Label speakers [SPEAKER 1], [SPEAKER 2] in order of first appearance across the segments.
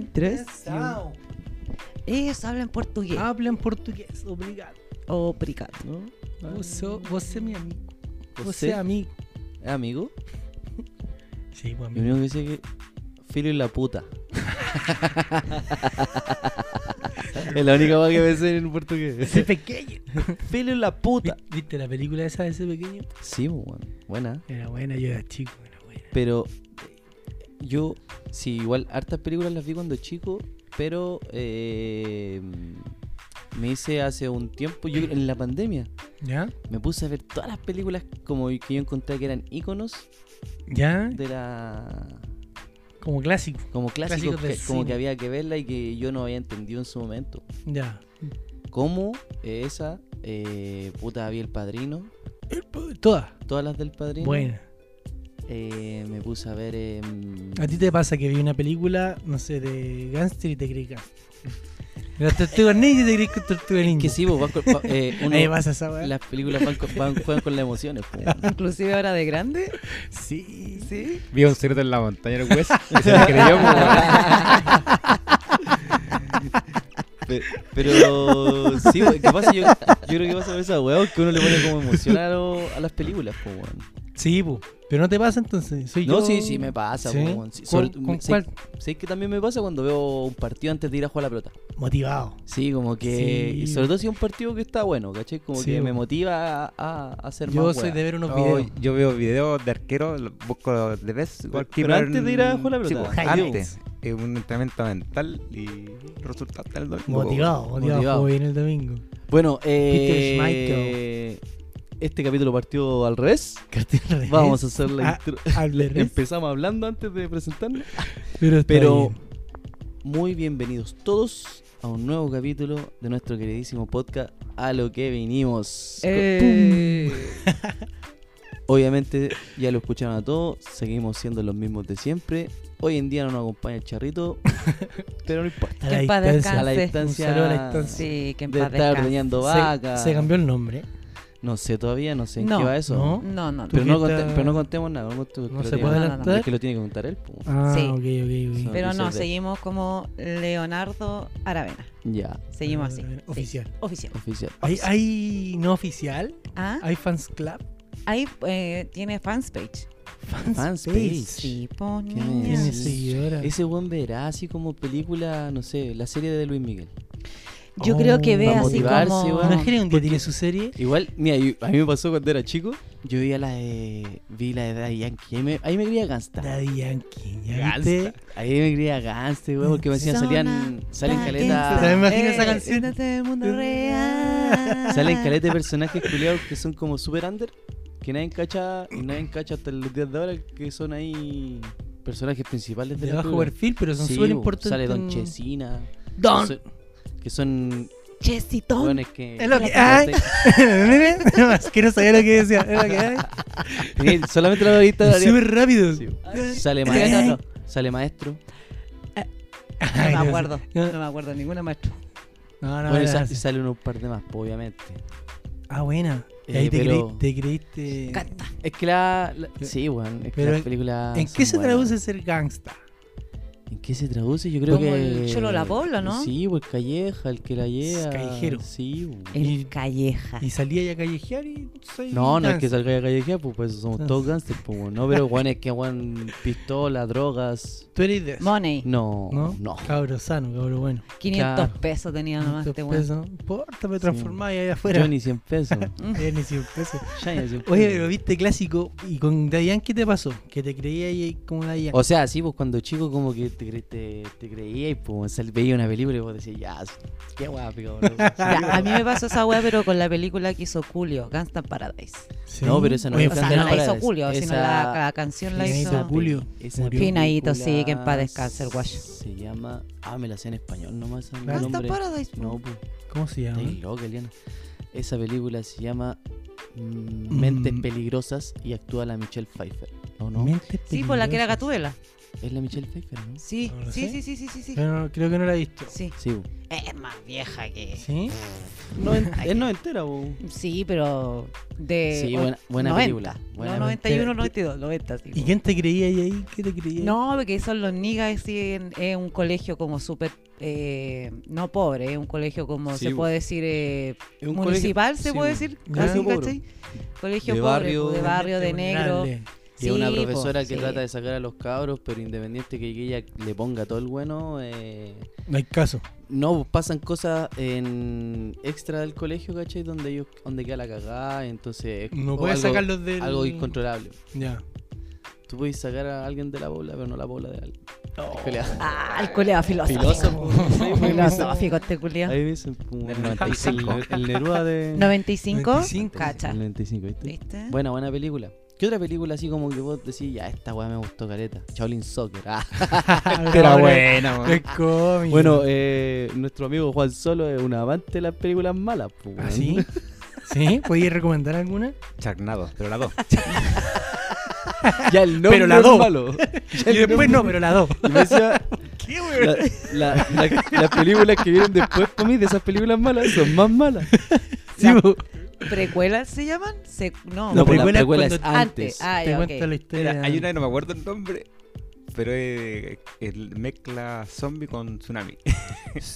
[SPEAKER 1] Concentración.
[SPEAKER 2] Ellos hablan portugués.
[SPEAKER 1] Hablan portugués, obrigado.
[SPEAKER 2] Obrigado.
[SPEAKER 1] ¿no? Você, você é meu amigo.
[SPEAKER 3] Você?
[SPEAKER 1] Você é amigo.
[SPEAKER 3] ¿Es amigo?
[SPEAKER 1] Sí, pues
[SPEAKER 3] Lo
[SPEAKER 1] amigo.
[SPEAKER 3] único que dice es que. Filo y la puta. es la única cosa que me sé en portugués.
[SPEAKER 1] Ese pequeño.
[SPEAKER 3] Filo y la puta.
[SPEAKER 1] Vi- ¿Viste la película esa de ese pequeño?
[SPEAKER 3] Sí, pues, bueno. Buena.
[SPEAKER 1] Era buena, yo era chico, era buena.
[SPEAKER 3] Pero eh, yo, sí, igual hartas películas las vi cuando chico, pero eh, me hice hace un tiempo, yo en la pandemia,
[SPEAKER 1] ¿Ya?
[SPEAKER 3] me puse a ver todas las películas como que yo encontré que eran íconos
[SPEAKER 1] ¿Ya?
[SPEAKER 3] de la...
[SPEAKER 1] Como clásico.
[SPEAKER 3] como clásicos,
[SPEAKER 1] Clásicos del
[SPEAKER 3] que- como
[SPEAKER 1] cine.
[SPEAKER 3] que había que verla y que yo no había entendido en su momento.
[SPEAKER 1] Ya.
[SPEAKER 3] Como esa, eh, puta, había El Padrino,
[SPEAKER 1] Todas.
[SPEAKER 3] todas las del Padrino.
[SPEAKER 1] Buena.
[SPEAKER 3] Eh, me puse a ver... em,
[SPEAKER 1] ¿A ti te pasa que vi una película, no sé, de gangster y te creí gangster? De las tortugas ninja y te creí con tortugas ninja.
[SPEAKER 3] que sí, vos vas con- pa- eh,
[SPEAKER 1] A
[SPEAKER 3] uno-
[SPEAKER 1] mí me pasa esa weá.
[SPEAKER 3] Las películas van con, van- juegan con las emociones. po.
[SPEAKER 2] Inclusive ahora de grande.
[SPEAKER 1] Sí.
[SPEAKER 2] Sí.
[SPEAKER 4] Vi a un cerdo en la montaña del West. y se la creyó, po, weón.
[SPEAKER 3] Pe- Pero sí, po, ¿qué pasa? Yo, yo creo que pasa con esa weá que uno le pone como emoción a, lo- a las películas. po, weón.
[SPEAKER 1] Sí, po. Pero no te pasa entonces. Soy
[SPEAKER 3] No,
[SPEAKER 1] yo.
[SPEAKER 3] sí, sí, me pasa.
[SPEAKER 1] ¿Sí?
[SPEAKER 3] po, weón. Sí, sobre-
[SPEAKER 1] ¿Con, con
[SPEAKER 3] sí,
[SPEAKER 1] cuál?
[SPEAKER 3] sí, que también me pasa cuando veo un partido antes de ir a jugar a la pelota.
[SPEAKER 1] Motivado.
[SPEAKER 3] Sí, como que.
[SPEAKER 1] Sí.
[SPEAKER 3] Y sobre todo si es un partido que está bueno, ¿cachai? Como
[SPEAKER 1] Sí,
[SPEAKER 3] que me
[SPEAKER 1] po.
[SPEAKER 3] motiva a, a hacer
[SPEAKER 1] Yo
[SPEAKER 3] más.
[SPEAKER 1] soy
[SPEAKER 3] weá.
[SPEAKER 1] de ver unos
[SPEAKER 4] No,
[SPEAKER 1] videos.
[SPEAKER 4] yo veo videos de arquero, lo- busco de best.
[SPEAKER 3] Pero-
[SPEAKER 4] goalkeeper-
[SPEAKER 3] pero antes de ir a jugar a la
[SPEAKER 4] Sí,
[SPEAKER 3] pelota.
[SPEAKER 4] po,
[SPEAKER 1] Highlights.
[SPEAKER 4] antes. Es un entrenamiento mental y resulta tal domingo, po.
[SPEAKER 1] Motivado, motivado.
[SPEAKER 3] Motivado.
[SPEAKER 1] Jugó bien el domingo.
[SPEAKER 3] Bueno,
[SPEAKER 1] Peter
[SPEAKER 3] eh, este capítulo partió al revés. Vamos a hacer la
[SPEAKER 1] Ah,
[SPEAKER 3] intro.
[SPEAKER 1] al revés.
[SPEAKER 3] Empezamos hablando antes de presentarnos.
[SPEAKER 1] Pero, está
[SPEAKER 3] Pero
[SPEAKER 1] bien.
[SPEAKER 3] muy bienvenidos todos a un nuevo capítulo de nuestro queridísimo podcast A lo que vinimos.
[SPEAKER 2] Eh,
[SPEAKER 3] Obviamente ya lo escucharon a todos, seguimos siendo los mismos de siempre. Hoy en día no nos acompaña el charrito, pero no importa.
[SPEAKER 1] A
[SPEAKER 2] que
[SPEAKER 1] la
[SPEAKER 2] en paz
[SPEAKER 1] distancia.
[SPEAKER 3] A la
[SPEAKER 2] Descanse.
[SPEAKER 3] distancia,
[SPEAKER 1] Un saludo a la distancia.
[SPEAKER 2] Ah, sí, que en
[SPEAKER 3] de
[SPEAKER 2] paz
[SPEAKER 3] estar
[SPEAKER 2] descanse.
[SPEAKER 3] ordeñando
[SPEAKER 1] Se-
[SPEAKER 3] vaca.
[SPEAKER 1] Se, cambió el nombre.
[SPEAKER 3] No sé todavía, no sé en
[SPEAKER 2] No,
[SPEAKER 3] qué va eso.
[SPEAKER 1] no.
[SPEAKER 2] No, no, no.
[SPEAKER 3] Pero, no
[SPEAKER 1] Porque
[SPEAKER 3] conte-
[SPEAKER 1] está-
[SPEAKER 3] pero no contemos nada. No, contemos que
[SPEAKER 1] No
[SPEAKER 3] lo
[SPEAKER 1] se
[SPEAKER 3] diga.
[SPEAKER 1] puede
[SPEAKER 2] no, no, no.
[SPEAKER 1] adelantar.
[SPEAKER 3] Es que lo tiene que contar él. po.
[SPEAKER 1] Ah,
[SPEAKER 2] Sí.
[SPEAKER 1] ok, ok, ok.
[SPEAKER 3] Son-
[SPEAKER 2] Pero no,
[SPEAKER 3] Noticias de-
[SPEAKER 2] seguimos como Leonardo Aravena.
[SPEAKER 3] Ya,
[SPEAKER 2] Seguimos así. sí.
[SPEAKER 1] Ah, Oficial.
[SPEAKER 2] Oficial.
[SPEAKER 3] oficial.
[SPEAKER 1] ¿Hay, hay no oficial?
[SPEAKER 2] Ah,
[SPEAKER 1] ¿Hay fans club?
[SPEAKER 2] ahí eh, tiene fans page.
[SPEAKER 1] Fans,
[SPEAKER 3] Fanspage.
[SPEAKER 2] Sí, pues
[SPEAKER 3] ¿Qué me
[SPEAKER 2] niña.
[SPEAKER 1] Tiene
[SPEAKER 3] Sí.
[SPEAKER 1] seguidora.
[SPEAKER 3] Ese buen verá así como película, no sé, la serie de Luis Miguel.
[SPEAKER 2] Yo creo que
[SPEAKER 1] Oh.
[SPEAKER 2] ve
[SPEAKER 1] Para
[SPEAKER 2] así
[SPEAKER 3] motivarse,
[SPEAKER 2] como...
[SPEAKER 3] weón.
[SPEAKER 1] Imagínate un día tiene su serie.
[SPEAKER 3] Igual, mira, yo- a mí me pasó cuando era chico. Yo vi la de. Vi la de Daddy Yankee. Ahí me, ahí me creía gangsta.
[SPEAKER 1] Daddy Yankee. ¿Ya viste?
[SPEAKER 3] Ahí me creía gangsta, weón, porque me decían, salían. Salen
[SPEAKER 1] También
[SPEAKER 3] caleta.
[SPEAKER 1] me imagino
[SPEAKER 2] Eh,
[SPEAKER 1] esa canción.
[SPEAKER 2] del mundo real.
[SPEAKER 3] Salen caleta de personajes culiados que son como super under. Que nadie encacha. Y nadie encacha hasta los días de ahora que son ahí. Personajes principales de
[SPEAKER 1] De
[SPEAKER 3] la
[SPEAKER 1] bajo
[SPEAKER 3] película.
[SPEAKER 1] perfil, pero son
[SPEAKER 3] Sí,
[SPEAKER 1] súper
[SPEAKER 3] bo,
[SPEAKER 1] importantes.
[SPEAKER 3] Sale Don
[SPEAKER 1] en-
[SPEAKER 3] Chesina.
[SPEAKER 1] Don.
[SPEAKER 3] que son- Que son.
[SPEAKER 2] Chesitón.
[SPEAKER 3] Weones que.
[SPEAKER 1] Es lo que hay. Más que no sabía lo que decía. Es lo que hay.
[SPEAKER 3] Tenía Solamente la ahorita.
[SPEAKER 1] Y Súper rápido.
[SPEAKER 3] Sí, Sale maestro. Sale maestro.
[SPEAKER 1] Ay,
[SPEAKER 2] No
[SPEAKER 1] no sé.
[SPEAKER 2] me acuerdo.
[SPEAKER 1] No.
[SPEAKER 2] No me acuerdo de ninguna maestra.
[SPEAKER 1] No, no,
[SPEAKER 3] bueno, y
[SPEAKER 1] era
[SPEAKER 3] sa-
[SPEAKER 1] así.
[SPEAKER 3] y sale unos par de más, pues, obviamente.
[SPEAKER 1] Ah, buena. Y
[SPEAKER 3] Eh,
[SPEAKER 1] ahí te,
[SPEAKER 3] pero-
[SPEAKER 1] creí- te creíste.
[SPEAKER 2] Canta.
[SPEAKER 3] Es que la. la- sí, weón. Es que
[SPEAKER 1] Pero
[SPEAKER 3] las
[SPEAKER 1] en-
[SPEAKER 3] películas.
[SPEAKER 1] ¿En qué
[SPEAKER 3] Ah, son
[SPEAKER 1] se
[SPEAKER 3] buenas.
[SPEAKER 1] traduce ser gangsta?
[SPEAKER 3] ¿En qué se traduce? Yo creo
[SPEAKER 2] Como
[SPEAKER 3] que.
[SPEAKER 2] el Cholo La Pobla, ¿no?
[SPEAKER 3] Sí, pues Calleja, el que la lleva.
[SPEAKER 1] callejero.
[SPEAKER 3] Sí, weón.
[SPEAKER 2] El Calleja.
[SPEAKER 1] Y salía ya a callejear y pues, soy.
[SPEAKER 3] No, no es que
[SPEAKER 1] gangsta.
[SPEAKER 3] salga de Calleja, pues, pues somos todos gangsters, pues, weón. No, pero, weón, es que, weón, pistola, drogas.
[SPEAKER 1] Tú eres de. eso.
[SPEAKER 2] Money.
[SPEAKER 3] No,
[SPEAKER 1] ¿No?
[SPEAKER 3] no.
[SPEAKER 1] Cabro sano, cabro bueno.
[SPEAKER 2] 500
[SPEAKER 3] Claro.
[SPEAKER 2] pesos tenía nomás este
[SPEAKER 1] Cien
[SPEAKER 2] weón.
[SPEAKER 1] pesos, No importa, me transformaba ahí afuera.
[SPEAKER 3] Yo ni 100 pesos.
[SPEAKER 1] Eh, ni cien pesos.
[SPEAKER 3] Ya ni 100 pesos.
[SPEAKER 1] Oye, pero viste clásico. ¿Y con Dayan qué te pasó? Que te creía ahí como Dayan.
[SPEAKER 3] O sea, sí, pues cuando chico como que te, cre- te, te creía y pues sal- veía una película y vos decías, ya, sí, qué guapo.
[SPEAKER 2] Ya, a mí me pasó esa weá, pero con la película que hizo Julio, Gangsta Paradise.
[SPEAKER 3] no, pero esa no
[SPEAKER 1] Oye,
[SPEAKER 3] es
[SPEAKER 2] O sea,
[SPEAKER 3] Gangsta
[SPEAKER 2] no la hizo
[SPEAKER 3] Paradise,
[SPEAKER 2] Julio, sino
[SPEAKER 3] esa-
[SPEAKER 2] la, la canción la
[SPEAKER 1] Finadito
[SPEAKER 2] hizo.
[SPEAKER 1] Julio.
[SPEAKER 2] Finadito, sí, que en paz descanse el guayo.
[SPEAKER 3] Se llama... Ah, me la sé en español nomás. el
[SPEAKER 1] Gangsta
[SPEAKER 2] Gangsta
[SPEAKER 3] nombre.
[SPEAKER 2] Paradise.
[SPEAKER 3] No, pues,
[SPEAKER 1] ¿Cómo se llama?
[SPEAKER 3] estáis loca, Eliana. Esa película se llama mm, Mentes
[SPEAKER 1] Mm.
[SPEAKER 3] Peligrosas y actúa la Michelle Pfeiffer, ¿o no?
[SPEAKER 1] Mentes
[SPEAKER 2] Sí, por la que era
[SPEAKER 1] peligrosas.
[SPEAKER 2] Gatuela.
[SPEAKER 3] Es la Michelle Pfeiffer, ¿no?
[SPEAKER 2] Sí,
[SPEAKER 1] ¿No lo
[SPEAKER 2] sí,
[SPEAKER 1] sé?
[SPEAKER 2] sí, sí, sí, sí, sí.
[SPEAKER 1] Yo no- creo que no la he visto.
[SPEAKER 2] Sí.
[SPEAKER 3] Sí, pues. bo.
[SPEAKER 2] Es más vieja que.
[SPEAKER 1] ¿Sí?
[SPEAKER 3] no, en- es noventera, pues. bo.
[SPEAKER 2] Sí, pero de
[SPEAKER 3] Sí,
[SPEAKER 2] o-
[SPEAKER 3] buena- buena
[SPEAKER 2] 90.
[SPEAKER 3] película, buena
[SPEAKER 2] no,
[SPEAKER 1] película.
[SPEAKER 2] 91, 92, 90. sí. pues.
[SPEAKER 1] ¿Y quién te creía ahí? ahí? ¿Qué te creía?
[SPEAKER 2] No, porque son los niggas sí, en, es un colegio como súper, eh, no pobre, es un colegio
[SPEAKER 3] Sí,
[SPEAKER 2] como
[SPEAKER 3] pues.
[SPEAKER 2] se
[SPEAKER 3] bo.
[SPEAKER 2] puede decir eh,
[SPEAKER 3] Es un
[SPEAKER 2] municipal,
[SPEAKER 3] colegio-
[SPEAKER 2] se
[SPEAKER 3] sí, pues.
[SPEAKER 2] puede
[SPEAKER 3] bo.
[SPEAKER 2] decir,
[SPEAKER 1] Ya.
[SPEAKER 2] así,
[SPEAKER 3] Colegio pobre.
[SPEAKER 2] ¿cachai? Colegio
[SPEAKER 3] De
[SPEAKER 2] pobre,
[SPEAKER 3] barrio,
[SPEAKER 2] pues, de
[SPEAKER 3] de
[SPEAKER 2] barrio, de
[SPEAKER 1] Gente
[SPEAKER 2] negro.
[SPEAKER 1] vulnerable.
[SPEAKER 3] Y es una
[SPEAKER 2] Sí, po,
[SPEAKER 3] profesora que
[SPEAKER 2] sí.
[SPEAKER 3] trata de sacar a los cabros, pero independiente que ella le ponga todo el bueno, eh,
[SPEAKER 1] No hay caso.
[SPEAKER 3] no, pues, pasan cosas en extra del colegio, ¿cachai? Donde ellos, donde queda la cagada, entonces es
[SPEAKER 1] No
[SPEAKER 3] o
[SPEAKER 1] puedes
[SPEAKER 3] algo-
[SPEAKER 1] sacarlos del...
[SPEAKER 3] algo incontrolable.
[SPEAKER 1] Ya.
[SPEAKER 3] Tú puedes sacar a alguien de la bola, pero no la bola de alguien.
[SPEAKER 2] Ah, el colega filósofo.
[SPEAKER 3] Filósofo. sí, pues,
[SPEAKER 2] Filosófico este culiao.
[SPEAKER 3] Ahí dicen como
[SPEAKER 4] Del
[SPEAKER 3] el 95.
[SPEAKER 4] El, el Neruda de.
[SPEAKER 2] 95,
[SPEAKER 1] 95.
[SPEAKER 2] cacha.
[SPEAKER 3] El 95, ¿viste?
[SPEAKER 2] ¿Viste?
[SPEAKER 3] Buena, buena película. ¿Qué otra película así como que vos decís, ya, esta weá me gustó careta? Shaolin Soccer. Ah.
[SPEAKER 4] Que era
[SPEAKER 1] Ahora,
[SPEAKER 4] buena,
[SPEAKER 3] eh,
[SPEAKER 4] weón.
[SPEAKER 1] Qué cómico.
[SPEAKER 3] Bueno, eh, nuestro amigo Juan Solo es un amante de las películas malas. pues, weón.
[SPEAKER 1] ¿Ah, sí? ¿Sí? ¿Podías recomendar alguna?
[SPEAKER 4] Charnado, pero la dos.
[SPEAKER 3] Ya el nombre
[SPEAKER 1] Pero la
[SPEAKER 3] es
[SPEAKER 1] dos.
[SPEAKER 3] malo.
[SPEAKER 1] Y después no, pero la dos.
[SPEAKER 3] Y me decía,
[SPEAKER 1] ¿Qué,
[SPEAKER 3] la- la- la- las películas que vienen después para mí de esas películas malas son más malas.
[SPEAKER 1] Sí, bo.
[SPEAKER 2] ¿Precuelas se llaman? Se- No,
[SPEAKER 1] No,
[SPEAKER 3] pues,
[SPEAKER 1] precuela es cuando-
[SPEAKER 2] antes. Ah,
[SPEAKER 1] te
[SPEAKER 2] ya, ok.
[SPEAKER 1] cuento la historia.
[SPEAKER 3] eh.
[SPEAKER 4] Era- hay una que no me acuerdo el nombre, pero es el mezcla zombie con tsunami.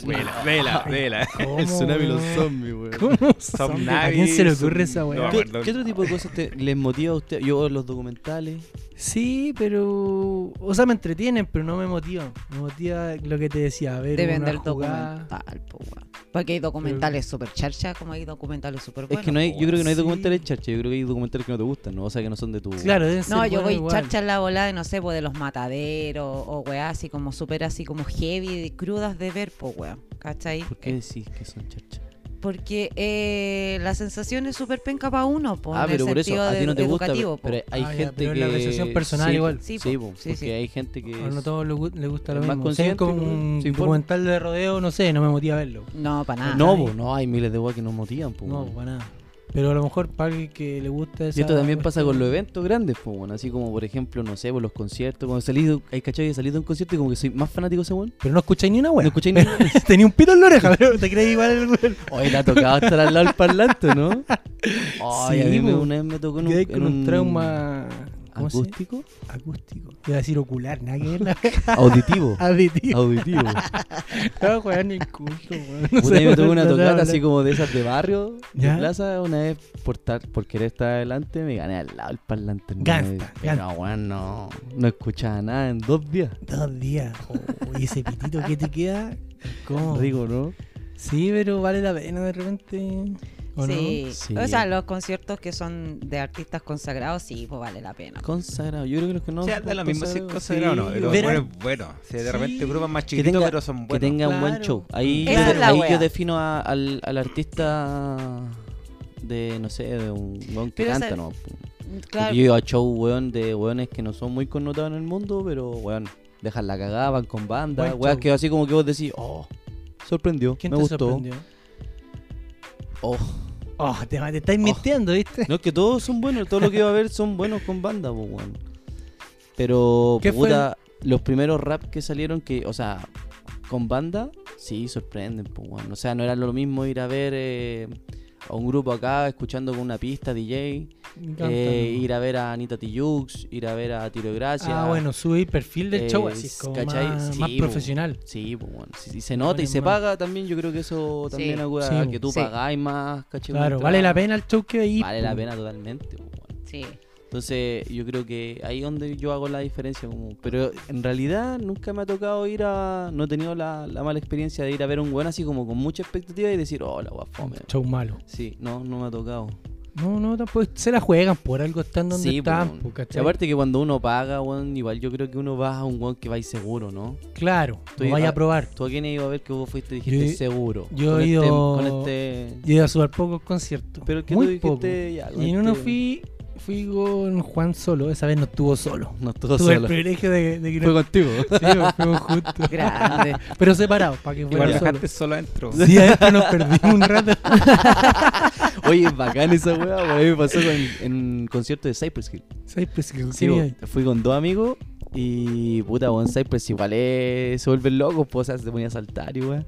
[SPEAKER 4] vela, vela, vela.
[SPEAKER 1] ¿Cómo,
[SPEAKER 3] El tsunami y los
[SPEAKER 1] weón?
[SPEAKER 3] zombies, weón.
[SPEAKER 1] ¿Cómo?
[SPEAKER 4] Zombie,
[SPEAKER 1] ¿A quién se le ocurre
[SPEAKER 4] zombie,
[SPEAKER 1] esa
[SPEAKER 4] no,
[SPEAKER 1] weá?
[SPEAKER 4] me
[SPEAKER 3] ¿Qué,
[SPEAKER 4] acuerdo.
[SPEAKER 3] qué otro tipo de cosas te- les motiva a usted? Yo los documentales.
[SPEAKER 1] Sí, pero. O sea, me entretienen, pero no me motivan. Me motiva lo que te decía, a ver.
[SPEAKER 2] Deben
[SPEAKER 1] una
[SPEAKER 2] del
[SPEAKER 1] jugada.
[SPEAKER 2] documental, po, weón. Porque hay documentales súper charchas, como hay documentales súper buenos.
[SPEAKER 3] es que no hay, yo creo que no hay
[SPEAKER 1] sí.
[SPEAKER 3] documentales charcha, yo creo que hay documentales que no te gustan, ¿no? O sea que no son de tu.
[SPEAKER 1] Claro, deben ser
[SPEAKER 2] No, yo
[SPEAKER 1] buenos
[SPEAKER 2] voy
[SPEAKER 1] igual.
[SPEAKER 2] charcha en la volada, no sé, pues de los mataderos o weá, así como súper así como heavy, de- crudas de ver, pues weón. ¿Cachai?
[SPEAKER 3] ¿Por qué
[SPEAKER 2] Eh,
[SPEAKER 3] decís que son charcha?
[SPEAKER 2] Porque eh, la sensación es súper penca para uno, pues.
[SPEAKER 3] ah,
[SPEAKER 2] en el
[SPEAKER 3] pero por eso,
[SPEAKER 2] sentido
[SPEAKER 3] a ti
[SPEAKER 2] de-
[SPEAKER 3] no te gusta.
[SPEAKER 2] educativo, po.
[SPEAKER 3] Pero hay
[SPEAKER 1] Ah, ya,
[SPEAKER 3] gente
[SPEAKER 1] pero
[SPEAKER 3] que.
[SPEAKER 1] es la apreciación personal
[SPEAKER 3] sí,
[SPEAKER 1] igual.
[SPEAKER 2] Sí,
[SPEAKER 3] sí,
[SPEAKER 2] po,
[SPEAKER 3] po,
[SPEAKER 2] sí,
[SPEAKER 3] porque
[SPEAKER 2] sí.
[SPEAKER 3] hay gente que.
[SPEAKER 1] A no
[SPEAKER 3] es-
[SPEAKER 1] todos les gu- les gusta lo
[SPEAKER 3] es más
[SPEAKER 1] mismo. Si es
[SPEAKER 3] consciente,
[SPEAKER 1] como
[SPEAKER 3] ¿no?
[SPEAKER 1] un
[SPEAKER 3] Se informa.
[SPEAKER 1] documental de rodeo, no sé, no me motiva a verlo.
[SPEAKER 2] No, para nada.
[SPEAKER 3] No,
[SPEAKER 1] Ay.
[SPEAKER 3] po, no, hay miles de weas que nos motivan, po,
[SPEAKER 1] No, pues,
[SPEAKER 3] weón.
[SPEAKER 1] para nada. Pero a lo mejor para alguien que le gusta esa
[SPEAKER 3] Y esto también pasa con los
[SPEAKER 1] cuestión-
[SPEAKER 3] eventos grandes, pues, bueno, así como por ejemplo, no sé, por los conciertos, cuando salí, de- hay cachai, he salido de un concierto y como que soy más fanático de ese weón.
[SPEAKER 1] Pero no escucháis ni una
[SPEAKER 3] No
[SPEAKER 1] wea.
[SPEAKER 3] escuché ni
[SPEAKER 1] Tenía un pito en la oreja, pero te crees igual el weón.
[SPEAKER 3] Oye, te ha tocado estar al lado del parlante, ¿no? Ay,
[SPEAKER 1] Sí,
[SPEAKER 3] a mí me-
[SPEAKER 1] po.
[SPEAKER 3] una vez me tocó en un,
[SPEAKER 1] Quedáis
[SPEAKER 3] en
[SPEAKER 1] con un trauma. ¿Cómo se dice?
[SPEAKER 3] acústico,
[SPEAKER 1] Acústico. Iba a decir ocular, nada que ver. la-
[SPEAKER 3] auditivo.
[SPEAKER 1] Aditivo.
[SPEAKER 3] auditivo.
[SPEAKER 1] Estaba jugando en culto, weón. No
[SPEAKER 3] Puta,
[SPEAKER 1] sé,
[SPEAKER 3] yo me tuve una
[SPEAKER 1] no sé
[SPEAKER 3] tocata
[SPEAKER 1] hablar.
[SPEAKER 3] así como de esas de barrio,
[SPEAKER 1] ¿Ya?
[SPEAKER 3] de plaza, una vez por, tar- por querer estar adelante, me gané al lado del parlante. hermano.
[SPEAKER 1] Gasta,
[SPEAKER 3] Pero bueno, no, no escuchaba nada en dos días.
[SPEAKER 1] Dos días. Oh, y ese pitito que te queda. ¿Cómo?
[SPEAKER 3] Rico, ¿no?
[SPEAKER 1] Sí, pero vale la pena de repente. ¿o no?
[SPEAKER 2] Sí.
[SPEAKER 3] Sí.
[SPEAKER 2] o sea, los conciertos que son de artistas consagrados, sí, pues vale la pena.
[SPEAKER 3] Consagrado. Yo creo que los que no.
[SPEAKER 4] O sea, da
[SPEAKER 3] son
[SPEAKER 4] lo mismo si es
[SPEAKER 3] consagrados,
[SPEAKER 4] consagrado o no.
[SPEAKER 3] sí,
[SPEAKER 4] Pero
[SPEAKER 1] Verá-
[SPEAKER 4] bueno, es bueno. Si de repente
[SPEAKER 1] Sí.
[SPEAKER 4] grupos más
[SPEAKER 3] Que
[SPEAKER 4] chiquitos,
[SPEAKER 3] tenga-
[SPEAKER 4] pero son
[SPEAKER 3] Que
[SPEAKER 4] buenos.
[SPEAKER 3] tenga un buen
[SPEAKER 1] Claro.
[SPEAKER 3] show. Ahí,
[SPEAKER 2] Esa
[SPEAKER 3] yo,
[SPEAKER 2] es la
[SPEAKER 3] ahí
[SPEAKER 2] wea.
[SPEAKER 3] yo defino a- al, al artista de, no sé, de un weón que
[SPEAKER 2] Pero
[SPEAKER 3] canta,
[SPEAKER 2] esa-
[SPEAKER 3] ¿no?
[SPEAKER 2] Claro,
[SPEAKER 3] Porque Yo he show, weón, de weones que no son muy connotados en el mundo, pero, weón, dejan la cagada, van con banda,
[SPEAKER 1] Buen
[SPEAKER 3] weas
[SPEAKER 1] show.
[SPEAKER 3] que así como que vos decís, oh, sorprendió,
[SPEAKER 1] ¿Quién
[SPEAKER 3] me
[SPEAKER 1] te
[SPEAKER 3] gustó.
[SPEAKER 1] sorprendió?
[SPEAKER 3] Oh.
[SPEAKER 1] Oh, te, te estáis mintiendo, ¿viste?
[SPEAKER 3] No, es que todos son buenos, todos los que iba a ver son buenos con banda, po, weón. Pero,
[SPEAKER 1] ¿Qué fue
[SPEAKER 3] puta, los primeros rap que salieron que, o sea, con banda, sí, sorprenden, pues, weón. O sea, no era lo mismo ir a ver eh, a un grupo acá escuchando con una pista DJ,
[SPEAKER 1] Me
[SPEAKER 3] eh,
[SPEAKER 1] encanta, ¿no?
[SPEAKER 3] ir a ver a Anita Tijoux, ir a ver a Tiro de Gracia.
[SPEAKER 1] Ah, bueno, subí perfil del
[SPEAKER 3] eh,
[SPEAKER 1] show, así es como
[SPEAKER 3] ¿cachai?
[SPEAKER 1] más,
[SPEAKER 3] Sí,
[SPEAKER 1] más
[SPEAKER 3] po.
[SPEAKER 1] profesional.
[SPEAKER 3] Sí, pues, weón. Si, si se nota y
[SPEAKER 1] ponen
[SPEAKER 3] se
[SPEAKER 1] más.
[SPEAKER 3] paga también, yo creo que eso
[SPEAKER 2] Sí.
[SPEAKER 3] también ayuda
[SPEAKER 1] Sí,
[SPEAKER 3] a
[SPEAKER 1] po.
[SPEAKER 3] que tú
[SPEAKER 2] Sí.
[SPEAKER 3] pagáis más, ¿cachai? Una
[SPEAKER 1] Claro, vale
[SPEAKER 3] entrada.
[SPEAKER 1] la pena pues. el show que veí.
[SPEAKER 3] Vale la
[SPEAKER 1] po.
[SPEAKER 3] pena totalmente, po, weón.
[SPEAKER 2] sí.
[SPEAKER 3] Entonces, yo creo que ahí es donde yo hago la diferencia. Como, pero en realidad nunca me ha tocado ir a. No he tenido la, la mala experiencia de ir a ver un weón así como con mucha expectativa y decir, oh, la weá fome.
[SPEAKER 1] Show malo.
[SPEAKER 3] Sí, no, no me ha tocado.
[SPEAKER 1] No, no, tampoco. Se la juegan por algo están donde
[SPEAKER 3] Sí,
[SPEAKER 1] están.
[SPEAKER 3] pues,
[SPEAKER 1] po,
[SPEAKER 3] Y
[SPEAKER 1] ¿cachai?
[SPEAKER 3] aparte que cuando uno paga, weón, igual yo creo que uno va a un weón que va seguro, ¿no?
[SPEAKER 1] claro,
[SPEAKER 3] Estoy-
[SPEAKER 1] lo vaya
[SPEAKER 3] a-
[SPEAKER 1] a probar.
[SPEAKER 3] ¿Tú a quién ibas a ver que vos fuiste y dijiste
[SPEAKER 1] Yo he-
[SPEAKER 3] seguro?
[SPEAKER 1] yo he
[SPEAKER 3] Con este-
[SPEAKER 1] ido-
[SPEAKER 3] con este.
[SPEAKER 1] Yo iba a súper pocos conciertos.
[SPEAKER 3] Pero el que
[SPEAKER 1] muy
[SPEAKER 3] tú
[SPEAKER 1] poco.
[SPEAKER 3] dijiste. ya, con
[SPEAKER 1] Y en uno
[SPEAKER 3] este-
[SPEAKER 1] fui, fui con Juan solo. Esa vez no estuvo solo.
[SPEAKER 3] No estuvo
[SPEAKER 1] Tuve el
[SPEAKER 3] solo.
[SPEAKER 1] privilegio de, de que
[SPEAKER 3] Fue
[SPEAKER 1] no
[SPEAKER 3] contigo.
[SPEAKER 1] Sí, pues, fuimos juntos.
[SPEAKER 2] Grande.
[SPEAKER 1] Pero separados, para que
[SPEAKER 4] Igual
[SPEAKER 1] fuera solo.
[SPEAKER 4] dejaste solo adentro.
[SPEAKER 1] Sí, adentro nos perdimos un rato.
[SPEAKER 3] Oye, es bacán esa weá, weón. A mí me pasó con- en un concierto de Cypress Hill.
[SPEAKER 1] Cypress Hill,
[SPEAKER 3] Sí,
[SPEAKER 1] pues, sí,
[SPEAKER 3] bo, fui con dos amigos Y puta, weón, Cypress igual es- se vuelven locos, pues, o sea, se ponía a saltar y weón.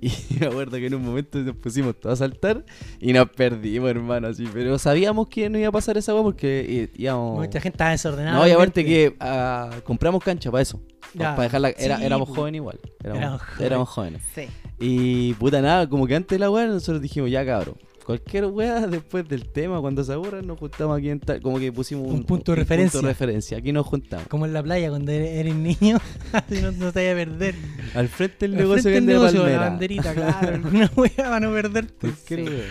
[SPEAKER 3] Y me acuerdo que en un momento nos pusimos todos a saltar y nos perdimos, hermano, así. Pero sabíamos que no iba a pasar esa weón porque eh, íbamos.
[SPEAKER 1] Mucha gente estaba desordenada.
[SPEAKER 3] No, y aparte
[SPEAKER 1] obviamente.
[SPEAKER 3] que ah, compramos cancha para eso.
[SPEAKER 1] Ya.
[SPEAKER 3] Para dejarla. Era,
[SPEAKER 1] Sí,
[SPEAKER 3] éramos
[SPEAKER 1] pues.
[SPEAKER 3] jóvenes igual. Éramos,
[SPEAKER 1] Éramos jóvenes.
[SPEAKER 3] éramos jóvenes.
[SPEAKER 2] Sí.
[SPEAKER 3] Y puta nada, como que antes de la weá, nosotros dijimos, ya cabrón. Cualquier weá después del tema, cuando se aburran, nos juntamos aquí en tal. Como que pusimos
[SPEAKER 1] Un punto de referencia.
[SPEAKER 3] de referencia. Aquí nos juntamos.
[SPEAKER 1] Como en la playa cuando er- eres niño, así no, no te vayas a perder.
[SPEAKER 3] Al frente del
[SPEAKER 1] Al
[SPEAKER 3] negocio que
[SPEAKER 1] frente del
[SPEAKER 3] vende
[SPEAKER 1] negocio, la
[SPEAKER 3] palmera.
[SPEAKER 1] banderita, claro. Alguna wea para no perderte.
[SPEAKER 3] Cualquier
[SPEAKER 2] Sí.
[SPEAKER 3] weá.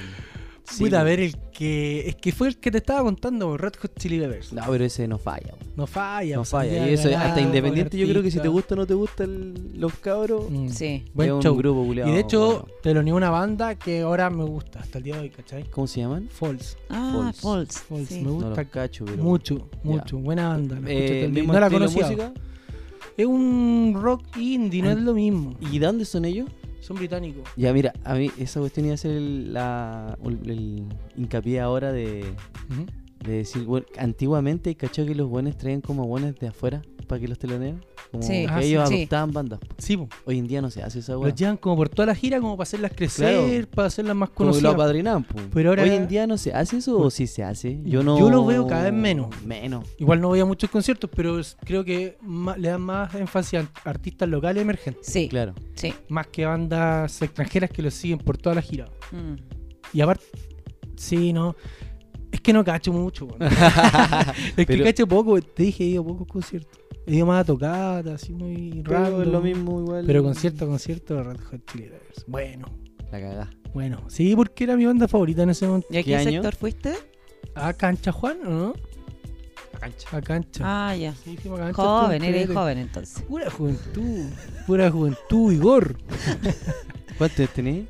[SPEAKER 3] Sí,
[SPEAKER 1] Puta, a
[SPEAKER 3] weón.
[SPEAKER 1] ver, el que. Es que fue el que te estaba contando, pues, Red Hot Chili Peppers.
[SPEAKER 3] No, pero ese no falla. weón.
[SPEAKER 1] No falla.
[SPEAKER 3] No
[SPEAKER 1] pues,
[SPEAKER 3] falla.
[SPEAKER 1] Santiago
[SPEAKER 3] Y eso,
[SPEAKER 1] Ganado,
[SPEAKER 3] hasta independiente, yo creo que si te
[SPEAKER 1] artista.
[SPEAKER 3] gusta o no te gustan los cabros,
[SPEAKER 1] Mm.
[SPEAKER 2] Sí.
[SPEAKER 1] Buen
[SPEAKER 3] es un
[SPEAKER 1] show.
[SPEAKER 3] grupo
[SPEAKER 1] Y
[SPEAKER 3] culiao,
[SPEAKER 1] de hecho,
[SPEAKER 3] bueno.
[SPEAKER 1] te lo ni una banda que ahora me gusta hasta el día de hoy, ¿cachai?
[SPEAKER 3] ¿Cómo se llaman?
[SPEAKER 1] False.
[SPEAKER 2] Ah,
[SPEAKER 3] False.
[SPEAKER 2] False.
[SPEAKER 1] False.
[SPEAKER 2] sí.
[SPEAKER 1] Me
[SPEAKER 3] No los
[SPEAKER 1] gusta
[SPEAKER 3] cacho, pero.
[SPEAKER 1] mucho, mucho. Buena banda. la escucho todo
[SPEAKER 3] Eh,
[SPEAKER 1] el día.
[SPEAKER 3] mismo
[SPEAKER 1] no la
[SPEAKER 3] estilo de
[SPEAKER 1] conocía.
[SPEAKER 3] música.
[SPEAKER 1] Es un rock indie, no
[SPEAKER 3] Ah.
[SPEAKER 1] es lo mismo.
[SPEAKER 3] ¿Y de dónde son ellos?
[SPEAKER 1] Son británicos.
[SPEAKER 3] Ya, mira, a mí esa cuestión iba a ser el, la, el- el hincapié ahora de,
[SPEAKER 1] Ujú.
[SPEAKER 3] de decir, bueno, antiguamente, ¿cachó que los buenos traían como buenos de afuera para que los telonean? Como
[SPEAKER 2] Sí.
[SPEAKER 3] que
[SPEAKER 1] Ah, sí,
[SPEAKER 3] ellos
[SPEAKER 2] sí.
[SPEAKER 3] adoptaban bandas. po.
[SPEAKER 1] Sí, po.
[SPEAKER 3] Hoy en día no se hace esa weá.
[SPEAKER 1] los llevan como por toda la gira, como para hacerlas crecer,
[SPEAKER 3] Claro.
[SPEAKER 1] para hacerlas más
[SPEAKER 3] Como que lo
[SPEAKER 1] conocidas.
[SPEAKER 3] apadrinaban, po.
[SPEAKER 1] Pero ahora-
[SPEAKER 3] Hoy en día no se hace eso o sí se hace. Yo no.
[SPEAKER 1] Yo lo veo cada vez menos.
[SPEAKER 3] Menos.
[SPEAKER 1] Igual no voy a muchos conciertos, pero es- creo que ma- le dan más énfasis a artistas locales emergentes,
[SPEAKER 2] Sí,
[SPEAKER 3] Claro.
[SPEAKER 2] sí.
[SPEAKER 1] más que bandas extranjeras que los siguen por toda la gira.
[SPEAKER 2] Mm.
[SPEAKER 1] Y aparte, sí, no. Es que no cacho mucho, weón. Es que
[SPEAKER 3] Pero-
[SPEAKER 1] cacho poco, te dije, he ido a pocos conciertos. He ido más a tocadas, así muy raro.
[SPEAKER 3] Pero es lo mismo igual.
[SPEAKER 1] Pero concierto a concierto, Red Hot Chili Peppers. Bueno,
[SPEAKER 3] La cagá.
[SPEAKER 1] bueno. Sí, porque era mi banda favorita en ese momento.
[SPEAKER 2] ¿Y a
[SPEAKER 3] ¿Qué
[SPEAKER 2] qué,
[SPEAKER 3] año?
[SPEAKER 2] sector fuiste?
[SPEAKER 1] ¿A cancha, Juan? ¿O no?
[SPEAKER 4] La cancha.
[SPEAKER 1] A cancha.
[SPEAKER 2] Ah, ya.
[SPEAKER 1] Sí, fuimos a cancha.
[SPEAKER 2] Joven,
[SPEAKER 1] estuvo
[SPEAKER 2] eres
[SPEAKER 1] entrete.
[SPEAKER 2] joven entonces.
[SPEAKER 1] Pura juventud. Pura juventud, Igor.
[SPEAKER 3] ¿Cuántos tenés?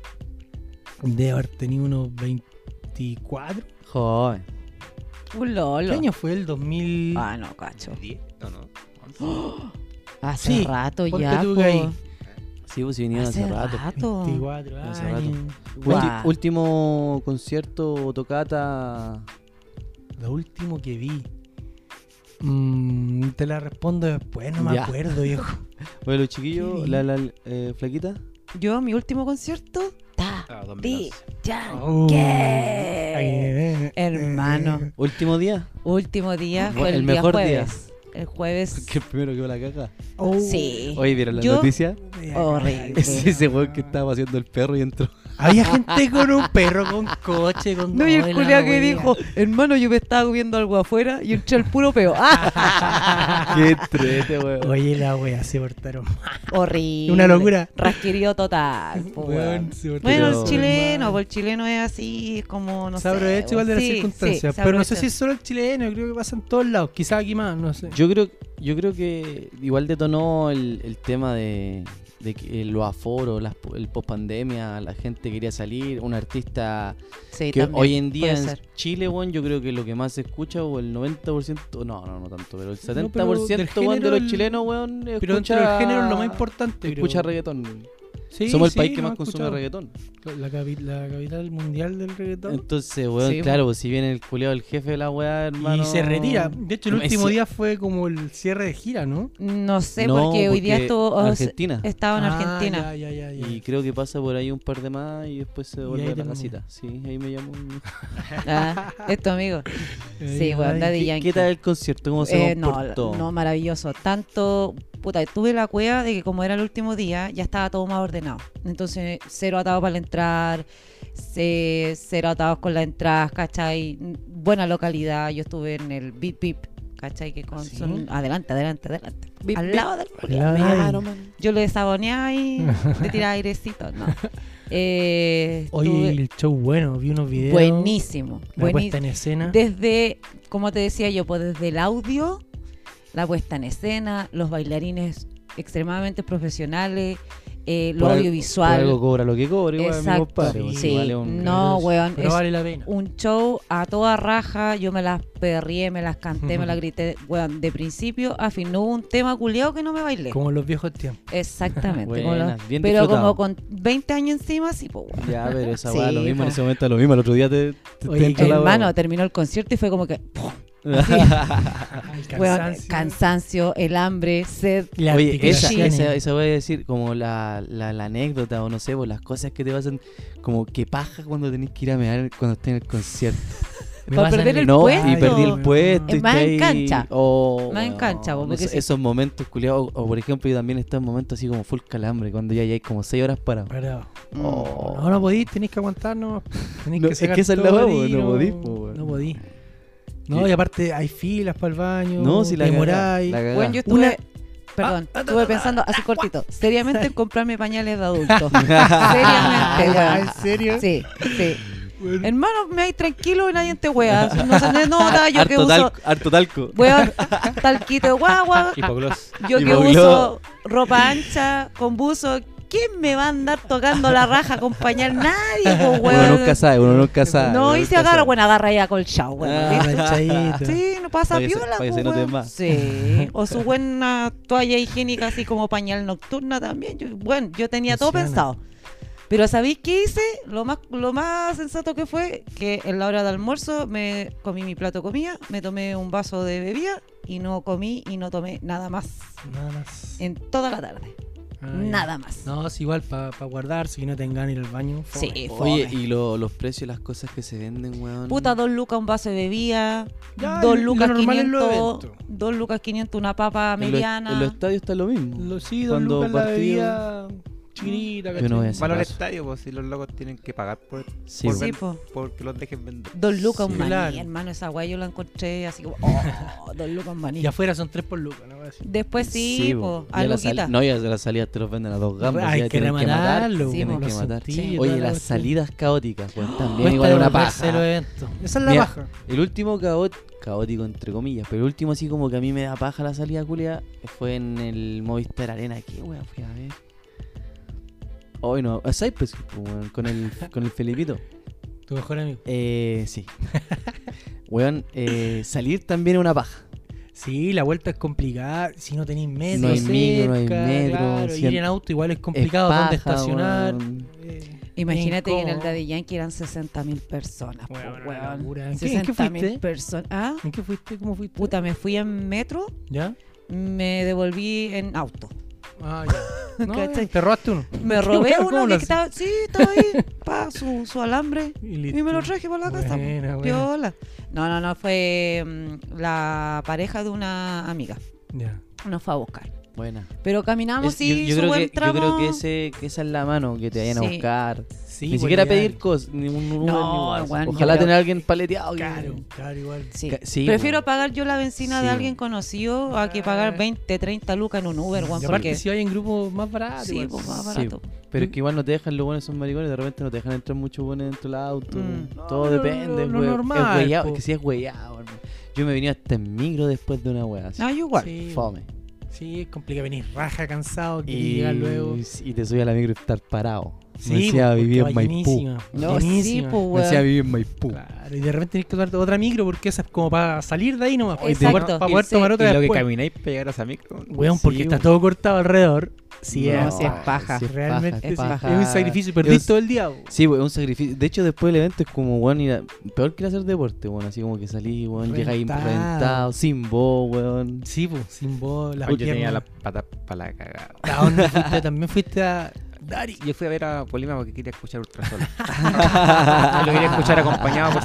[SPEAKER 1] De haber tenido unos 24.
[SPEAKER 3] Joven.
[SPEAKER 2] Un
[SPEAKER 1] ¿Qué
[SPEAKER 2] lolo.
[SPEAKER 1] año fue? El 2000.
[SPEAKER 2] Ah, no, cacho.
[SPEAKER 4] ¿Diez? No, no. once.
[SPEAKER 2] Hace
[SPEAKER 1] Sí,
[SPEAKER 2] rato
[SPEAKER 1] ponte
[SPEAKER 2] ya.
[SPEAKER 1] tú que
[SPEAKER 2] po.
[SPEAKER 1] ahí.
[SPEAKER 3] Sí, pues si vinieron
[SPEAKER 2] Hace
[SPEAKER 3] hace rato.
[SPEAKER 2] rato.
[SPEAKER 1] 24 años.
[SPEAKER 3] Hace Ulti-
[SPEAKER 2] Guau.
[SPEAKER 3] Último concierto o tocata.
[SPEAKER 1] Lo último que vi. Mm, te la respondo después, no me
[SPEAKER 3] Ya.
[SPEAKER 1] acuerdo, viejo.
[SPEAKER 3] Bueno, los chiquillos,
[SPEAKER 1] Sí.
[SPEAKER 3] la, la eh, flaquita.
[SPEAKER 2] Yo, mi último concierto. Ta.
[SPEAKER 4] Ah, 2011.
[SPEAKER 2] Ti. Chan.
[SPEAKER 1] Oh.
[SPEAKER 2] ¿Qué?
[SPEAKER 1] Ay, eh,
[SPEAKER 2] Hermano.
[SPEAKER 3] Último día.
[SPEAKER 2] Último día
[SPEAKER 3] Bu-
[SPEAKER 2] fue el,
[SPEAKER 3] el
[SPEAKER 2] día
[SPEAKER 3] mejor día.
[SPEAKER 2] jueves. El jueves.
[SPEAKER 3] Que el primero que va a la caja.
[SPEAKER 1] oh.
[SPEAKER 2] Sí.
[SPEAKER 3] Oye, ¿vieron la
[SPEAKER 2] Yo-
[SPEAKER 3] noticia?
[SPEAKER 1] Ay,
[SPEAKER 2] Horrible.
[SPEAKER 1] ay,
[SPEAKER 3] Es ese weón que estaba haciendo el perro y entró.
[SPEAKER 1] Había gente con un perro, con coche, con
[SPEAKER 2] No, y el
[SPEAKER 1] Ay, la
[SPEAKER 2] culiao que
[SPEAKER 1] wea.
[SPEAKER 2] dijo, hermano, yo me estaba comiendo algo afuera y entré al puro peo. ¡Ah!
[SPEAKER 3] ¡Qué trete, weón!
[SPEAKER 1] Oye, la wea se portaron. mal.
[SPEAKER 2] Horrible.
[SPEAKER 1] Una locura.
[SPEAKER 2] Rasquerío total. po,
[SPEAKER 1] Weón,
[SPEAKER 2] weón.
[SPEAKER 1] se portaron
[SPEAKER 2] Bueno, el
[SPEAKER 3] Pero-
[SPEAKER 2] chileno,
[SPEAKER 3] pues,
[SPEAKER 1] mal.
[SPEAKER 2] po, el chileno es así, es como, no
[SPEAKER 1] se
[SPEAKER 2] sé.
[SPEAKER 1] aprovecha
[SPEAKER 2] weón.
[SPEAKER 1] igual de las
[SPEAKER 2] Sí, sí,
[SPEAKER 1] circunstancias.
[SPEAKER 2] se
[SPEAKER 1] pero no sé
[SPEAKER 2] aprovecha.
[SPEAKER 1] si es solo el chileno, creo que pasa en todos lados. Quizás aquí más, no sé.
[SPEAKER 3] Yo creo, yo creo que igual detonó el, el tema de, de que los aforos, las, el post-pandemia, la gente quería salir, un artista
[SPEAKER 2] Sí,
[SPEAKER 3] que
[SPEAKER 2] también,
[SPEAKER 3] hoy en día
[SPEAKER 2] puede
[SPEAKER 3] en
[SPEAKER 2] ser.
[SPEAKER 3] Chile, weón, yo creo que lo que más se escucha, o el 90%, no, no, no tanto, pero el 70%
[SPEAKER 1] pero del
[SPEAKER 3] weón, de
[SPEAKER 1] género
[SPEAKER 3] los
[SPEAKER 1] el-
[SPEAKER 3] chilenos, weón, escucha...
[SPEAKER 1] Pero dentro del género es lo más importante. creo.
[SPEAKER 3] Escucha reggaetón.
[SPEAKER 1] Sí,
[SPEAKER 3] Somos el
[SPEAKER 1] sí,
[SPEAKER 3] país que
[SPEAKER 1] lo
[SPEAKER 3] más
[SPEAKER 1] he
[SPEAKER 3] consume
[SPEAKER 1] escuchado.
[SPEAKER 3] reggaetón.
[SPEAKER 1] La, capi- la capital mundial del reggaetón.
[SPEAKER 3] Entonces, weón,
[SPEAKER 2] Sí,
[SPEAKER 3] claro, pues si viene el culeado el jefe de la weá, hermano.
[SPEAKER 1] Y se retira. De hecho, el
[SPEAKER 3] Me
[SPEAKER 1] último
[SPEAKER 3] decía-
[SPEAKER 1] día fue como el cierre de gira, ¿no?
[SPEAKER 2] No sé,
[SPEAKER 3] No,
[SPEAKER 2] porque hoy día
[SPEAKER 3] porque
[SPEAKER 2] estuvo, o sea,
[SPEAKER 3] Argentina.
[SPEAKER 2] estaba en
[SPEAKER 1] Ah,
[SPEAKER 2] Argentina.
[SPEAKER 1] ya, ya, ya, ya.
[SPEAKER 3] Y creo que pasa por ahí un par de más y después se vuelve
[SPEAKER 1] ahí
[SPEAKER 3] a la
[SPEAKER 1] termina.
[SPEAKER 3] casita. Sí, ahí me llamó.
[SPEAKER 2] Ah, es tu amigo.
[SPEAKER 1] Eh,
[SPEAKER 2] Sí, weón,
[SPEAKER 1] ay,
[SPEAKER 2] Daddy
[SPEAKER 3] ¿Qué,
[SPEAKER 2] Yankee.
[SPEAKER 3] qué tal el concierto? ¿Cómo se
[SPEAKER 2] Eh, no,
[SPEAKER 3] comportó?
[SPEAKER 2] no, maravilloso. Tanto, puta, tuve la cueva de que como era el último día, ya estaba todo más ordenado. Entonces, cero atados para el entrar, ce- cero atados con la entrada, ¿cachai? Buena localidad, yo estuve en el Bip Bip, ¿cachai? Que
[SPEAKER 3] ¿Ah,
[SPEAKER 2] con,
[SPEAKER 1] ¿Sí?
[SPEAKER 2] son- adelante, adelante, adelante.
[SPEAKER 3] Bip,
[SPEAKER 2] Al
[SPEAKER 3] bip.
[SPEAKER 2] lado del
[SPEAKER 1] Al lado
[SPEAKER 2] Me
[SPEAKER 1] de ahí.
[SPEAKER 2] llamaron, man. Yo le saboneaba y le tiraba airecito, no. Eh,
[SPEAKER 1] Oye,
[SPEAKER 2] estuve-
[SPEAKER 1] el show bueno, vi unos videos.
[SPEAKER 2] buenísimo,
[SPEAKER 1] La
[SPEAKER 2] buenísimo.
[SPEAKER 1] puesta en escena.
[SPEAKER 2] Desde, como te decía yo, pues desde el audio, la puesta en escena, los bailarines extremadamente profesionales, eh, lo
[SPEAKER 3] Por al-
[SPEAKER 2] audiovisual.
[SPEAKER 3] por algo cobra lo que cobra, igual, mi
[SPEAKER 2] Exacto,
[SPEAKER 3] compadre, pues,
[SPEAKER 1] sí.
[SPEAKER 3] igual es un-
[SPEAKER 2] no,
[SPEAKER 1] Pero-
[SPEAKER 2] weón,
[SPEAKER 1] Pero
[SPEAKER 2] es-
[SPEAKER 1] vale la pena.
[SPEAKER 2] Un show a toda raja, yo me las perrié, me las canté, me las grité, weón, de principio a fin. No hubo un tema culiado que no me bailé.
[SPEAKER 1] Como los viejos tiempos.
[SPEAKER 2] Exactamente. como
[SPEAKER 3] Buena,
[SPEAKER 2] lo-
[SPEAKER 3] bien
[SPEAKER 2] pero
[SPEAKER 3] disfrutado.
[SPEAKER 2] como con 20 años encima, sí, pues, weón.
[SPEAKER 3] Ya, pero esa weá,
[SPEAKER 2] Sí,
[SPEAKER 3] lo mismo en
[SPEAKER 2] po.
[SPEAKER 3] ese momento, lo mismo. El otro día te, te, te
[SPEAKER 1] Oye,
[SPEAKER 3] entra la weá.
[SPEAKER 2] Hermano, terminó el concierto y fue como que ¡pum!
[SPEAKER 1] El
[SPEAKER 2] Weón,
[SPEAKER 1] cansancio.
[SPEAKER 2] cansancio, el hambre, sed.
[SPEAKER 1] la
[SPEAKER 3] Oye, esa,
[SPEAKER 1] articulación. eh.
[SPEAKER 3] esa, esa voy a decir como la, la, la anécdota o no sé, pues, las cosas que te pasan como que paja cuando tenés que ir a mear cuando estés en el concierto.
[SPEAKER 1] Me
[SPEAKER 2] pa'
[SPEAKER 1] pasan
[SPEAKER 2] perder
[SPEAKER 1] el-
[SPEAKER 2] el
[SPEAKER 3] no, y
[SPEAKER 2] puesto.
[SPEAKER 3] perdí el puesto.
[SPEAKER 2] Es
[SPEAKER 3] y
[SPEAKER 2] más en
[SPEAKER 3] estáis-
[SPEAKER 2] cancha.
[SPEAKER 3] Oh,
[SPEAKER 2] Más en
[SPEAKER 3] weón,
[SPEAKER 2] cancha, vos, porque
[SPEAKER 3] esos,
[SPEAKER 2] si-
[SPEAKER 3] esos momentos, culiados. O, o, por ejemplo, yo también estoy en momentos así como full calambre, cuando ya, ya hay como 6 horas parado.
[SPEAKER 1] Parado.
[SPEAKER 2] Mm.
[SPEAKER 3] Oh.
[SPEAKER 1] No, no podís, tenés que aguantar, no. Tenés
[SPEAKER 3] No,
[SPEAKER 1] que
[SPEAKER 3] es que
[SPEAKER 1] sacar
[SPEAKER 3] esa es la
[SPEAKER 1] todo
[SPEAKER 3] hueá,
[SPEAKER 1] de
[SPEAKER 3] weón,
[SPEAKER 1] ahí,
[SPEAKER 3] no
[SPEAKER 1] no
[SPEAKER 3] podís, po, weón.
[SPEAKER 1] No podís. No,
[SPEAKER 3] Y-
[SPEAKER 1] y aparte hay filas para el baño.
[SPEAKER 3] No, si la cagá,
[SPEAKER 1] demoráis.
[SPEAKER 3] la cagá.
[SPEAKER 2] Bueno, yo estuve,
[SPEAKER 1] Una- Ah,
[SPEAKER 2] perdón, estuve pensando así cortito, seriamente en comprarme pañales de adulto. seriamente,
[SPEAKER 1] Ah,
[SPEAKER 2] weón.
[SPEAKER 1] ¿En serio?
[SPEAKER 2] Sí, sí. Hermano, me hay tranquilo y nadie te wea. No se me nota, yo que
[SPEAKER 3] harto,
[SPEAKER 2] uso,
[SPEAKER 3] talco, harto talco.
[SPEAKER 2] weón, talquito de guagua,
[SPEAKER 4] Hipogloss.
[SPEAKER 2] yo
[SPEAKER 3] Y
[SPEAKER 2] que
[SPEAKER 3] voló.
[SPEAKER 2] uso ropa ancha, con buzo. ¿Quién me va a andar tocando la raja, acompañar? Nadie, pues,
[SPEAKER 3] Uno
[SPEAKER 2] weón.
[SPEAKER 3] nunca sabe, uno nunca sabe.
[SPEAKER 2] No,
[SPEAKER 3] uno
[SPEAKER 2] y si
[SPEAKER 3] nunca
[SPEAKER 2] agarra,
[SPEAKER 3] sabe.
[SPEAKER 2] bueno, agarra ya colchado, weón.
[SPEAKER 3] Ah.
[SPEAKER 2] ¿viste?
[SPEAKER 1] Ranchadito.
[SPEAKER 2] Sí, no pasa
[SPEAKER 3] Para que se-
[SPEAKER 2] piola,
[SPEAKER 3] para que
[SPEAKER 2] po,
[SPEAKER 3] se note
[SPEAKER 2] weón.
[SPEAKER 3] más.
[SPEAKER 2] Sí. O su buena toalla higiénica, así como pañal nocturna también. Yo- bueno, yo tenía todo
[SPEAKER 1] Funciona.
[SPEAKER 2] pensado. Pero ¿sabéis qué hice? Lo más, lo más sensato que fue que en la hora de almuerzo me comí mi plato de comida, me tomé un vaso de bebida y no comí y no tomé nada más.
[SPEAKER 1] Nada más.
[SPEAKER 3] Eh,
[SPEAKER 2] En toda la tarde.
[SPEAKER 1] Ah, ya.
[SPEAKER 2] Nada más.
[SPEAKER 1] No, es igual para guardar, si no tengan ir al baño. fome.
[SPEAKER 2] Sí, fome.
[SPEAKER 3] Oye, y lo- los precios y las cosas que se venden, weón.
[SPEAKER 2] Puta, dos lucas un vaso de bebida,
[SPEAKER 1] Ya,
[SPEAKER 2] dos
[SPEAKER 1] lo
[SPEAKER 2] lucas
[SPEAKER 1] normal en los
[SPEAKER 2] 500,
[SPEAKER 1] eventos.
[SPEAKER 2] dos lucas 500 una papa
[SPEAKER 3] En los-
[SPEAKER 2] mediana.
[SPEAKER 3] En los estadios está lo mismo.
[SPEAKER 1] Lo sí, don
[SPEAKER 3] Cuando
[SPEAKER 1] Lucas, la
[SPEAKER 3] partido-
[SPEAKER 1] bebida chiquitita,
[SPEAKER 3] Yo no voy a
[SPEAKER 1] ¿cachai?
[SPEAKER 3] hacer
[SPEAKER 4] Para el
[SPEAKER 3] caso.
[SPEAKER 4] estadio, pues si los locos tienen que pagar por,
[SPEAKER 3] Sí,
[SPEAKER 4] por
[SPEAKER 2] pues Sí,
[SPEAKER 4] ven-
[SPEAKER 2] po.
[SPEAKER 4] porque los dejen vender.
[SPEAKER 2] Dos lucas
[SPEAKER 1] Sí.
[SPEAKER 2] un maní,
[SPEAKER 1] Claro.
[SPEAKER 2] hermano, esa weá yo la encontré así como, oh, dos lucas un maní.
[SPEAKER 1] Y afuera son tres por Lucas, ¿no? Así.
[SPEAKER 2] Después pues sí, po,
[SPEAKER 3] po. Ya
[SPEAKER 2] a
[SPEAKER 3] la sal-
[SPEAKER 2] luquita.
[SPEAKER 3] No, ya las salidas te los venden a dos gambas.
[SPEAKER 1] Hay
[SPEAKER 3] ya
[SPEAKER 1] que
[SPEAKER 3] tienen matar.
[SPEAKER 1] rematarlo,
[SPEAKER 2] Sí,
[SPEAKER 3] tienen
[SPEAKER 2] po.
[SPEAKER 3] que
[SPEAKER 1] los
[SPEAKER 3] matar.
[SPEAKER 1] sentidos,
[SPEAKER 2] Sí.
[SPEAKER 1] toda
[SPEAKER 3] Oye,
[SPEAKER 1] la
[SPEAKER 3] las
[SPEAKER 1] cuestión.
[SPEAKER 3] salidas caóticas, weón, también
[SPEAKER 1] Cuesta
[SPEAKER 3] igual una
[SPEAKER 1] devolverse los
[SPEAKER 3] paja.
[SPEAKER 1] eventos. Esa es la
[SPEAKER 3] Mira,
[SPEAKER 1] baja.
[SPEAKER 3] El último cao- caótico, entre comillas, pero el último así como que a mí me da paja la salida culia fue en el Movistar Arena. ¿Qué weón fui a ver? Hoy no, a Cypress, po, weón, con el, con el Felipito.
[SPEAKER 1] Tu mejor amigo.
[SPEAKER 3] Eh, sí. weón, eh, salir también es una paja.
[SPEAKER 1] Sí, la vuelta es complicada. Si no tenéis
[SPEAKER 3] No
[SPEAKER 1] metro,
[SPEAKER 3] hay micro,
[SPEAKER 1] cerca,
[SPEAKER 3] no hay metro,
[SPEAKER 1] claro,
[SPEAKER 3] si
[SPEAKER 1] ir
[SPEAKER 3] an-
[SPEAKER 1] en auto igual es complicado
[SPEAKER 3] Es
[SPEAKER 1] dónde
[SPEAKER 3] paja,
[SPEAKER 1] estacionar.
[SPEAKER 3] weón.
[SPEAKER 1] Eh,
[SPEAKER 2] Imagínate que en el
[SPEAKER 1] incómodo.
[SPEAKER 2] Daddy Yankee eran 60 mil personas, po,
[SPEAKER 1] Weón, una
[SPEAKER 2] weón.
[SPEAKER 1] locura. ¿En qué- en qué
[SPEAKER 2] 60 mil
[SPEAKER 1] fuiste?
[SPEAKER 2] personas. Ah,
[SPEAKER 1] ¿En qué fuiste? ¿Cómo fuiste?
[SPEAKER 2] puta, me fui en metro,
[SPEAKER 1] ¿Ya?
[SPEAKER 2] me devolví en auto.
[SPEAKER 1] Ah, ya. No,
[SPEAKER 2] ¿Cachai?
[SPEAKER 1] te robaste uno.
[SPEAKER 2] Me robé
[SPEAKER 1] ¿Cómo
[SPEAKER 2] uno
[SPEAKER 1] lo
[SPEAKER 2] que
[SPEAKER 1] haces?
[SPEAKER 2] estaba, sí, estaba ahí, pa, su, su alambre. Y me lo traje para la casa. po.
[SPEAKER 1] Buena, buena.
[SPEAKER 2] Piola. No, no, no, fue mm, la pareja de una amiga.
[SPEAKER 1] Ya.
[SPEAKER 2] Nos fue a buscar.
[SPEAKER 3] Buena.
[SPEAKER 2] Pero caminamos
[SPEAKER 3] Es-
[SPEAKER 2] sí,
[SPEAKER 3] yo,
[SPEAKER 2] su
[SPEAKER 3] creo
[SPEAKER 2] buen
[SPEAKER 3] que, yo
[SPEAKER 2] tramo.
[SPEAKER 3] creo que, ese, que esa es la mano que te vayan a
[SPEAKER 2] Sí.
[SPEAKER 3] buscar.
[SPEAKER 1] Sí, pues,
[SPEAKER 3] ni
[SPEAKER 1] por
[SPEAKER 3] siquiera
[SPEAKER 1] llegar.
[SPEAKER 3] pedir cosas, ni un Uber,
[SPEAKER 2] No,
[SPEAKER 3] ni un
[SPEAKER 2] weón,
[SPEAKER 3] WhatsApp.
[SPEAKER 2] yo
[SPEAKER 3] Ojalá
[SPEAKER 2] creo-
[SPEAKER 3] tener a alguien paleteado.
[SPEAKER 1] Claro,
[SPEAKER 3] weón.
[SPEAKER 1] claro, igual.
[SPEAKER 2] Sí.
[SPEAKER 3] Ca- sí,
[SPEAKER 2] Prefiero
[SPEAKER 3] weón.
[SPEAKER 2] pagar yo la benzina
[SPEAKER 3] Sí,
[SPEAKER 2] de
[SPEAKER 3] weón.
[SPEAKER 2] alguien conocido a que
[SPEAKER 1] Ah.
[SPEAKER 2] pagar 20, 30 lucas en un Uber, weón,
[SPEAKER 1] Y
[SPEAKER 2] porque
[SPEAKER 1] aparte, si hay en grupos más baratos.
[SPEAKER 2] sí,
[SPEAKER 1] igual.
[SPEAKER 2] pues más
[SPEAKER 3] Sí,
[SPEAKER 2] barato.
[SPEAKER 3] Pero es que igual no te dejan, los buenos son maricones, de repente no te dejan entrar muchos buenos dentro del auto.
[SPEAKER 2] Mm.
[SPEAKER 3] weón.
[SPEAKER 1] No,
[SPEAKER 3] Todo
[SPEAKER 1] lo-
[SPEAKER 3] depende,
[SPEAKER 1] lo- lo
[SPEAKER 3] weón.
[SPEAKER 1] normal,
[SPEAKER 3] Es huellado,
[SPEAKER 1] po.
[SPEAKER 3] es que si es huellado, hermano. Yo me venía hasta en micro después de una wea así.
[SPEAKER 2] No, yo igual.
[SPEAKER 1] Sí,
[SPEAKER 3] Fome.
[SPEAKER 1] sí, es complicado venir raja cansado, que
[SPEAKER 3] Y,
[SPEAKER 1] llegar luego.
[SPEAKER 3] y te subí a la micro y estar parado. me
[SPEAKER 1] Sí, pues,
[SPEAKER 3] decía
[SPEAKER 1] porque
[SPEAKER 3] vivir
[SPEAKER 1] va
[SPEAKER 3] en Maipú.
[SPEAKER 1] llenísima,
[SPEAKER 2] No, sí,
[SPEAKER 1] llenísima.
[SPEAKER 2] pues,
[SPEAKER 3] Me decía
[SPEAKER 2] weón.
[SPEAKER 3] vivir en Maipú.
[SPEAKER 1] Claro, y de repente tienes que tomar otra micro porque esa es como para salir de ahí nomás.
[SPEAKER 2] Oye,
[SPEAKER 1] Para poder,
[SPEAKER 2] Exacto.
[SPEAKER 1] para poder
[SPEAKER 2] Sí.
[SPEAKER 1] tomar
[SPEAKER 4] Y
[SPEAKER 1] otra
[SPEAKER 4] lo que
[SPEAKER 1] después.
[SPEAKER 4] camináis para llegar a esa micro.
[SPEAKER 1] Weón,
[SPEAKER 3] Sí,
[SPEAKER 1] porque está
[SPEAKER 3] weón.
[SPEAKER 1] todo cortado alrededor. Sí,
[SPEAKER 3] No,
[SPEAKER 1] es,
[SPEAKER 2] sí, es paja.
[SPEAKER 3] sí es
[SPEAKER 1] realmente
[SPEAKER 3] es
[SPEAKER 1] sí.
[SPEAKER 3] paja.
[SPEAKER 1] es un sacrificio. Perdí
[SPEAKER 3] Es un-
[SPEAKER 1] todo el día. weón.
[SPEAKER 3] Sí, weón, un sacrificio. De hecho, después del evento es como, weón, ir a- peor que ir a hacer deporte, weón. Así como que salí, weón, llega ahí
[SPEAKER 1] Reventado.
[SPEAKER 3] reventado, sin voz, weón.
[SPEAKER 1] Sí, pues, sin voz, las
[SPEAKER 4] Oye, yo tenía
[SPEAKER 1] piernas.
[SPEAKER 4] la pata para la cagada.
[SPEAKER 1] ¿A Ah, dónde fuiste? También fuiste a Dari.
[SPEAKER 4] Yo fui a ver a Polima porque quería escuchar Ultrasol. Lo quería escuchar acompañado por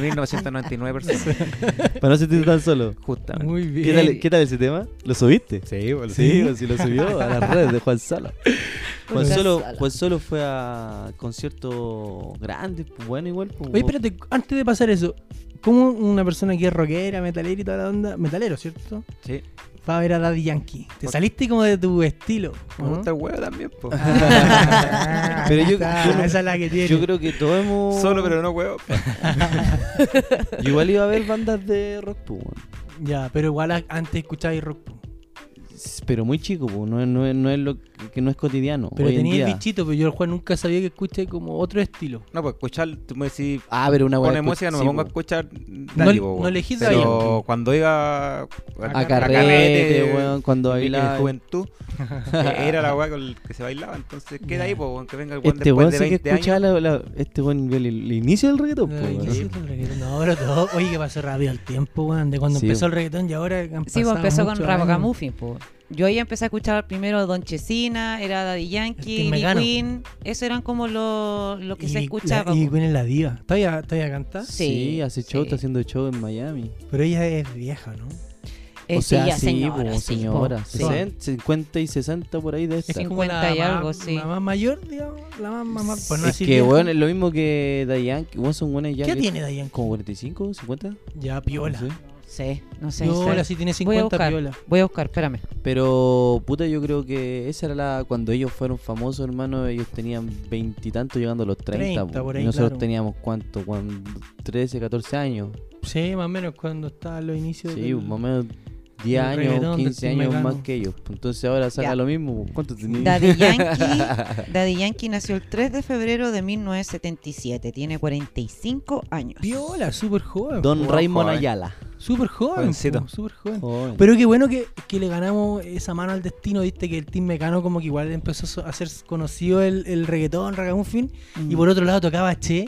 [SPEAKER 4] 59.999 personas.
[SPEAKER 3] Para no sentirte tan solo.
[SPEAKER 4] Justamente.
[SPEAKER 1] Muy bien.
[SPEAKER 3] ¿Qué tal, qué tal ese tema? ¿Lo subiste?
[SPEAKER 4] Sí, pues, boludo.
[SPEAKER 3] Sí, o si lo subió a las redes de Juan Solo. Juan
[SPEAKER 2] Juan
[SPEAKER 3] Solo,
[SPEAKER 2] Solo.
[SPEAKER 3] Juan Solo fue a conciertos grandes, pues, bueno, igual. pues,
[SPEAKER 1] Oye, espérate, antes de pasar eso, ¿cómo una persona que es rockera, metalera y toda la onda, metalero, ¿cierto?
[SPEAKER 4] Sí.
[SPEAKER 1] Va a ver a Daddy Yankee. Te
[SPEAKER 4] Por-
[SPEAKER 1] saliste como de tu estilo.
[SPEAKER 4] Me
[SPEAKER 1] ¿no?
[SPEAKER 4] gusta el huevo también, pues. po.
[SPEAKER 1] Ah,
[SPEAKER 3] Pero
[SPEAKER 1] ahí
[SPEAKER 3] yo-
[SPEAKER 1] está,
[SPEAKER 3] yo no-
[SPEAKER 1] esa es la que tiene.
[SPEAKER 3] Yo creo que todos hemos.
[SPEAKER 4] Solo, pero no huevo.
[SPEAKER 3] Yo igual iba a ver bandas de rock, pues, bueno.
[SPEAKER 1] Ya, pero igual a- antes escuchabais rock.
[SPEAKER 3] S- Pero muy chico, pues. No, es- no, es- no es lo. que no es cotidiano.
[SPEAKER 1] Pero
[SPEAKER 3] hoy en
[SPEAKER 1] tenía el
[SPEAKER 3] día.
[SPEAKER 1] bichito, pero yo el Juan nunca sabía que escuché como otro estilo.
[SPEAKER 4] No, pues escuchar, tú me decís,
[SPEAKER 3] Ah, pero una
[SPEAKER 4] pone
[SPEAKER 3] buena.
[SPEAKER 4] música, no me
[SPEAKER 3] pues.
[SPEAKER 4] pongo a escuchar
[SPEAKER 1] No-
[SPEAKER 4] nadie, po,
[SPEAKER 1] no
[SPEAKER 4] weón.
[SPEAKER 1] elegís a
[SPEAKER 4] Pero cuando iba a,
[SPEAKER 3] A carrete, weón, cuando
[SPEAKER 4] en mi- en
[SPEAKER 3] bailaba.
[SPEAKER 4] juventud, eh, era la weá con el que se bailaba. Entonces, queda ahí, po, weón, que venga el weón
[SPEAKER 3] Este
[SPEAKER 4] después
[SPEAKER 3] weón
[SPEAKER 4] de
[SPEAKER 3] sí que
[SPEAKER 4] 20
[SPEAKER 3] escuchaba
[SPEAKER 4] años.
[SPEAKER 3] la, la- este weón vio el, el inicio del reggaetón. po,
[SPEAKER 1] Ay,
[SPEAKER 3] weón.
[SPEAKER 1] qué siento el reggaetón. No, pero todo. Oye, que pasó rápido el tiempo, weón. De cuando
[SPEAKER 3] Sí, pues.
[SPEAKER 1] empezó
[SPEAKER 3] weón.
[SPEAKER 1] el reggaetón y ahora. han
[SPEAKER 2] Sí, pues
[SPEAKER 1] pasado
[SPEAKER 2] empezó con
[SPEAKER 1] muchos
[SPEAKER 2] Rabo
[SPEAKER 1] años.
[SPEAKER 2] Camuffin, po. Yo ahí empecé a escuchar primero Don Chesina, era Daddy
[SPEAKER 1] El Team
[SPEAKER 2] Yankee, Nick
[SPEAKER 1] Mecano.
[SPEAKER 2] Queen. Eso eran como lo, lo que
[SPEAKER 1] Y
[SPEAKER 2] se
[SPEAKER 1] la-
[SPEAKER 2] escuchaba.
[SPEAKER 1] Y
[SPEAKER 2] po.
[SPEAKER 1] Queen es la diva. Todavía, todavía canta.
[SPEAKER 3] Sí,
[SPEAKER 2] Sí,
[SPEAKER 3] hace show,
[SPEAKER 2] sí.
[SPEAKER 3] está haciendo show en Miami.
[SPEAKER 1] Pero ella es vieja, ¿no?
[SPEAKER 2] Eh,
[SPEAKER 3] o sea,
[SPEAKER 2] sí,
[SPEAKER 3] sí,
[SPEAKER 2] ya, señora,
[SPEAKER 3] po,
[SPEAKER 2] sí, po.
[SPEAKER 3] señora.
[SPEAKER 1] sí.
[SPEAKER 3] 60, 50 y 60 por ahí de
[SPEAKER 1] Es
[SPEAKER 3] esta.
[SPEAKER 2] Sí.
[SPEAKER 1] como la
[SPEAKER 2] 50 y
[SPEAKER 1] ma-
[SPEAKER 2] algo, sí.
[SPEAKER 1] la más mayor, digamos. La más mamá. Pues no
[SPEAKER 3] es
[SPEAKER 1] así
[SPEAKER 3] que,
[SPEAKER 1] vieja.
[SPEAKER 3] weón, es lo mismo que Dayan. Weón, son buenas ya.
[SPEAKER 1] ¿Qué
[SPEAKER 3] que-
[SPEAKER 1] tiene Dayan?
[SPEAKER 3] ¿Como 45, 50? No
[SPEAKER 1] Ya, piola.
[SPEAKER 3] sé.
[SPEAKER 2] Sí, no sé.
[SPEAKER 1] Piola, sí
[SPEAKER 2] sí.
[SPEAKER 1] tiene
[SPEAKER 2] Voy a
[SPEAKER 1] 50
[SPEAKER 2] buscar,
[SPEAKER 1] piola.
[SPEAKER 2] voy a buscar, espérame.
[SPEAKER 3] Pero, puta, yo creo que esa era la. Cuando ellos fueron famosos, hermano, ellos tenían veintitantos llegando a los 30.
[SPEAKER 1] 30
[SPEAKER 3] po.
[SPEAKER 1] por
[SPEAKER 3] Y
[SPEAKER 1] ahí,
[SPEAKER 3] nosotros
[SPEAKER 1] claro.
[SPEAKER 3] teníamos cuánto, Juan? 13, 14 años.
[SPEAKER 1] Sí, más o menos cuando está a los inicios.
[SPEAKER 3] Sí,
[SPEAKER 1] del-
[SPEAKER 3] más o menos 10
[SPEAKER 1] del
[SPEAKER 3] años,
[SPEAKER 1] reggaetón, del
[SPEAKER 3] 15
[SPEAKER 1] Team
[SPEAKER 3] años
[SPEAKER 1] Mecano.
[SPEAKER 3] más que ellos. Entonces ahora saca
[SPEAKER 2] Ya.
[SPEAKER 3] lo mismo. po. ¿Cuánto tenías?
[SPEAKER 2] Daddy Yankee, Daddy Yankee nació el 3 de febrero de 1977, tiene 45 años.
[SPEAKER 1] Piola, súper joven.
[SPEAKER 3] Don
[SPEAKER 4] Ojo,
[SPEAKER 3] Raymond
[SPEAKER 4] eh.
[SPEAKER 3] Ayala.
[SPEAKER 1] Súper joven.
[SPEAKER 4] Jovencito.
[SPEAKER 1] po, Súper joven.
[SPEAKER 3] Joven.
[SPEAKER 1] Pero qué bueno que, que le ganamos esa mano al destino, viste que el Team Mecano como que igual empezó so- a ser conocido el, el reggaetón, ragamuffin,
[SPEAKER 2] Mm.
[SPEAKER 1] y por otro lado tocaba Che.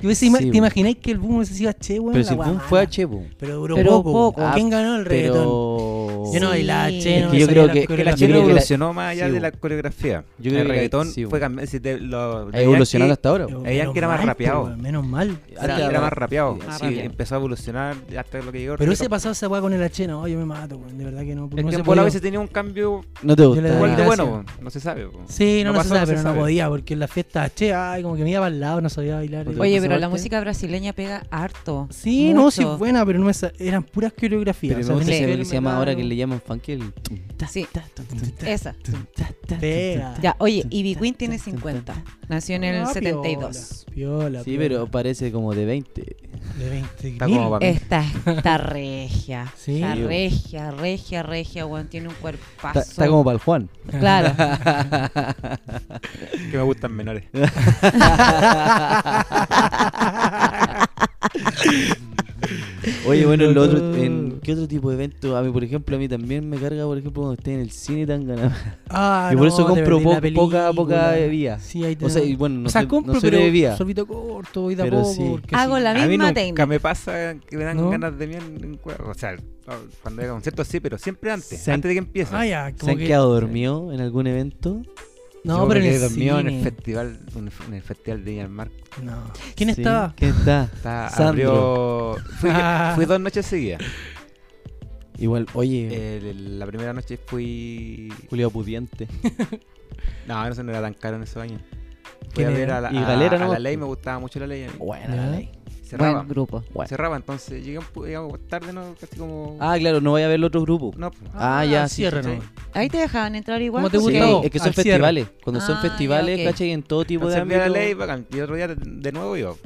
[SPEAKER 1] Y hubiese ima-
[SPEAKER 3] Sí,
[SPEAKER 1] ¿Te
[SPEAKER 3] weón.
[SPEAKER 1] imagináis que el boom hubiese sido a Che, weón?
[SPEAKER 3] Pero
[SPEAKER 1] La
[SPEAKER 3] si el
[SPEAKER 1] wea
[SPEAKER 3] boom
[SPEAKER 1] mala.
[SPEAKER 3] fue a Chepo.
[SPEAKER 1] Pero duró
[SPEAKER 2] Pero
[SPEAKER 1] poco. weón.
[SPEAKER 2] poco.
[SPEAKER 1] ¿Quién ganó el reggaetón?
[SPEAKER 3] Pero...
[SPEAKER 1] Yo no bailaba
[SPEAKER 2] Sí.
[SPEAKER 1] Che,
[SPEAKER 2] Es
[SPEAKER 1] no
[SPEAKER 3] que
[SPEAKER 1] me
[SPEAKER 3] yo
[SPEAKER 1] sabía
[SPEAKER 3] creo
[SPEAKER 1] las
[SPEAKER 3] que- que
[SPEAKER 4] Que
[SPEAKER 1] coreografías.
[SPEAKER 4] la
[SPEAKER 3] yo creo
[SPEAKER 4] Chile
[SPEAKER 3] que la-
[SPEAKER 4] evolucionó más allá
[SPEAKER 3] sí,
[SPEAKER 4] de
[SPEAKER 3] bo.
[SPEAKER 4] la coreografía.
[SPEAKER 3] Yo creo
[SPEAKER 4] el
[SPEAKER 3] que-
[SPEAKER 4] reggaetón
[SPEAKER 3] sí, bo.
[SPEAKER 4] fue cambiando. si te- lo-
[SPEAKER 3] Ha evolucionado hasta ahora.
[SPEAKER 1] Pero
[SPEAKER 4] Dayan
[SPEAKER 1] menos
[SPEAKER 4] que era más
[SPEAKER 1] mal, po,
[SPEAKER 4] rapeado.
[SPEAKER 1] weón, menos mal.
[SPEAKER 4] Era,
[SPEAKER 3] Sí,
[SPEAKER 4] era más rapeado.
[SPEAKER 3] sí,
[SPEAKER 2] más
[SPEAKER 4] sí,
[SPEAKER 2] rapeado.
[SPEAKER 4] empezó a evolucionar hasta lo que llegó. el
[SPEAKER 1] Pero ese
[SPEAKER 4] reggaetón.
[SPEAKER 1] pasado esa weá con el H, no, yo me mato, weón, de verdad que no.
[SPEAKER 4] El
[SPEAKER 1] no se
[SPEAKER 4] tiempo a
[SPEAKER 1] podía.
[SPEAKER 4] veces tenía un cambio
[SPEAKER 3] No te
[SPEAKER 1] le
[SPEAKER 3] gusta.
[SPEAKER 1] doy
[SPEAKER 4] igual de
[SPEAKER 1] gracias.
[SPEAKER 4] bueno, bo. no se sabe. bo.
[SPEAKER 1] Sí, no,
[SPEAKER 4] No
[SPEAKER 1] no
[SPEAKER 4] pasó,
[SPEAKER 1] se sabe,
[SPEAKER 4] no se
[SPEAKER 1] pero no
[SPEAKER 4] sabe.
[SPEAKER 1] podía, porque en las fiestas Che, ay, como que me iba para el lado, no sabía bailar.
[SPEAKER 3] Oye,
[SPEAKER 2] Oye, pero
[SPEAKER 3] ¿Esa
[SPEAKER 2] la
[SPEAKER 3] parte?
[SPEAKER 2] música brasileña pega harto.
[SPEAKER 1] Sí, no, sí
[SPEAKER 2] mucho.
[SPEAKER 1] es buena, pero no me sa- eran puras coreografías.
[SPEAKER 3] Pero me
[SPEAKER 1] o sea,
[SPEAKER 3] gusta
[SPEAKER 1] tenés
[SPEAKER 3] ese
[SPEAKER 1] que
[SPEAKER 3] que
[SPEAKER 1] ver
[SPEAKER 3] se llama ahora que
[SPEAKER 1] metal,
[SPEAKER 3] le llaman funky el...
[SPEAKER 2] Sí, esa.
[SPEAKER 1] Pega.
[SPEAKER 2] Este, Ya, oye, Ivy Queen tiene 50. Nació en el
[SPEAKER 1] Ah,
[SPEAKER 2] 72.
[SPEAKER 1] Piola, piola,
[SPEAKER 3] Sí,
[SPEAKER 1] piola.
[SPEAKER 3] pero parece como de 20.
[SPEAKER 1] De 20
[SPEAKER 4] Está como para mí.
[SPEAKER 2] Esta está regia.
[SPEAKER 1] Sí.
[SPEAKER 2] Está
[SPEAKER 3] Sí, bo.
[SPEAKER 2] regia, regia, regia, weón. Tiene un
[SPEAKER 3] Está,
[SPEAKER 2] cuerpazo.
[SPEAKER 3] está como para el Juan.
[SPEAKER 2] Claro.
[SPEAKER 4] Que me gustan menores.
[SPEAKER 3] Oye, bueno, lo otro, en, ¿qué otro tipo de evento? A mí, por ejemplo, a mí también me carga, por ejemplo, cuando estoy en el cine tan ganado.
[SPEAKER 1] Ah,
[SPEAKER 3] y por
[SPEAKER 1] no,
[SPEAKER 3] eso
[SPEAKER 1] te
[SPEAKER 3] compro
[SPEAKER 1] perdí
[SPEAKER 3] po-
[SPEAKER 1] la
[SPEAKER 3] poca, poca
[SPEAKER 1] película.
[SPEAKER 3] bebida.
[SPEAKER 1] Sí, ahí te
[SPEAKER 3] O sea, y bueno, no,
[SPEAKER 1] O sea,
[SPEAKER 3] soy- no
[SPEAKER 1] compro,
[SPEAKER 3] soy de
[SPEAKER 1] pero
[SPEAKER 3] bebida.
[SPEAKER 1] sorbito corto, voy de a
[SPEAKER 3] Pero
[SPEAKER 1] poco.
[SPEAKER 3] sí.
[SPEAKER 1] porque
[SPEAKER 2] Hago
[SPEAKER 1] sí.
[SPEAKER 2] la
[SPEAKER 4] A mí
[SPEAKER 2] misma
[SPEAKER 4] nunca
[SPEAKER 2] técnica.
[SPEAKER 4] me pasa que me dan
[SPEAKER 1] ¿No?
[SPEAKER 4] ganas de mirar en cua- O sea, cuando hay conciertos sí, pero siempre antes,
[SPEAKER 3] Se han-
[SPEAKER 4] antes de que empiece.
[SPEAKER 1] Ah, ya,
[SPEAKER 3] ¿Se
[SPEAKER 1] como
[SPEAKER 3] han
[SPEAKER 1] que...
[SPEAKER 3] quedado dormido en algún evento?
[SPEAKER 1] No,
[SPEAKER 4] Yo
[SPEAKER 1] pero
[SPEAKER 4] me
[SPEAKER 1] en el
[SPEAKER 4] quedé dormido en el
[SPEAKER 1] cine.
[SPEAKER 4] festival, un- en el festival de Myanmar.
[SPEAKER 1] No. ¿Quién
[SPEAKER 3] Sí.
[SPEAKER 1] estaba?
[SPEAKER 3] ¿Quién está?
[SPEAKER 4] Está
[SPEAKER 3] Sandro.
[SPEAKER 4] abrió. Fui,
[SPEAKER 1] Ah.
[SPEAKER 4] fui dos noches seguidas.
[SPEAKER 3] Igual, oye,
[SPEAKER 4] El- la primera noche fui.
[SPEAKER 3] Julio Pudiente.
[SPEAKER 4] No, no sé, no era tan caro en esos años. Fui
[SPEAKER 1] ¿Quién
[SPEAKER 4] a ver
[SPEAKER 1] era?
[SPEAKER 4] a la,
[SPEAKER 3] Y
[SPEAKER 4] a-
[SPEAKER 3] Galera,
[SPEAKER 4] a
[SPEAKER 3] ¿no?
[SPEAKER 4] la ley, me gustaba mucho la ley. a mí.
[SPEAKER 3] Buena
[SPEAKER 1] Ya.
[SPEAKER 3] la ley.
[SPEAKER 4] Cerraba.
[SPEAKER 2] Buen grupo.
[SPEAKER 3] Bueno.
[SPEAKER 4] Cerraba, entonces llegué un pu- llegamos tarde, ¿no? Casi como.
[SPEAKER 3] Ah, claro, no vaya a ver el otro grupo.
[SPEAKER 4] No, pues.
[SPEAKER 3] Ah, ya, sí,
[SPEAKER 1] Cierra,
[SPEAKER 4] sí,
[SPEAKER 1] ¿no?
[SPEAKER 4] sí.
[SPEAKER 2] Ahí te dejaban entrar igual. pues,
[SPEAKER 1] Como te
[SPEAKER 2] porque-
[SPEAKER 3] Sí,
[SPEAKER 1] gustó.
[SPEAKER 3] es que son
[SPEAKER 1] al cierre.
[SPEAKER 3] festivales. Cuando son
[SPEAKER 2] Ah, ya,
[SPEAKER 3] festivales,
[SPEAKER 2] ok.
[SPEAKER 3] ¿cachai? En todo tipo
[SPEAKER 4] Entonces vi
[SPEAKER 3] de
[SPEAKER 4] a la ley,
[SPEAKER 3] ámbito.
[SPEAKER 4] bacán. Y otro día de, de nuevo yo.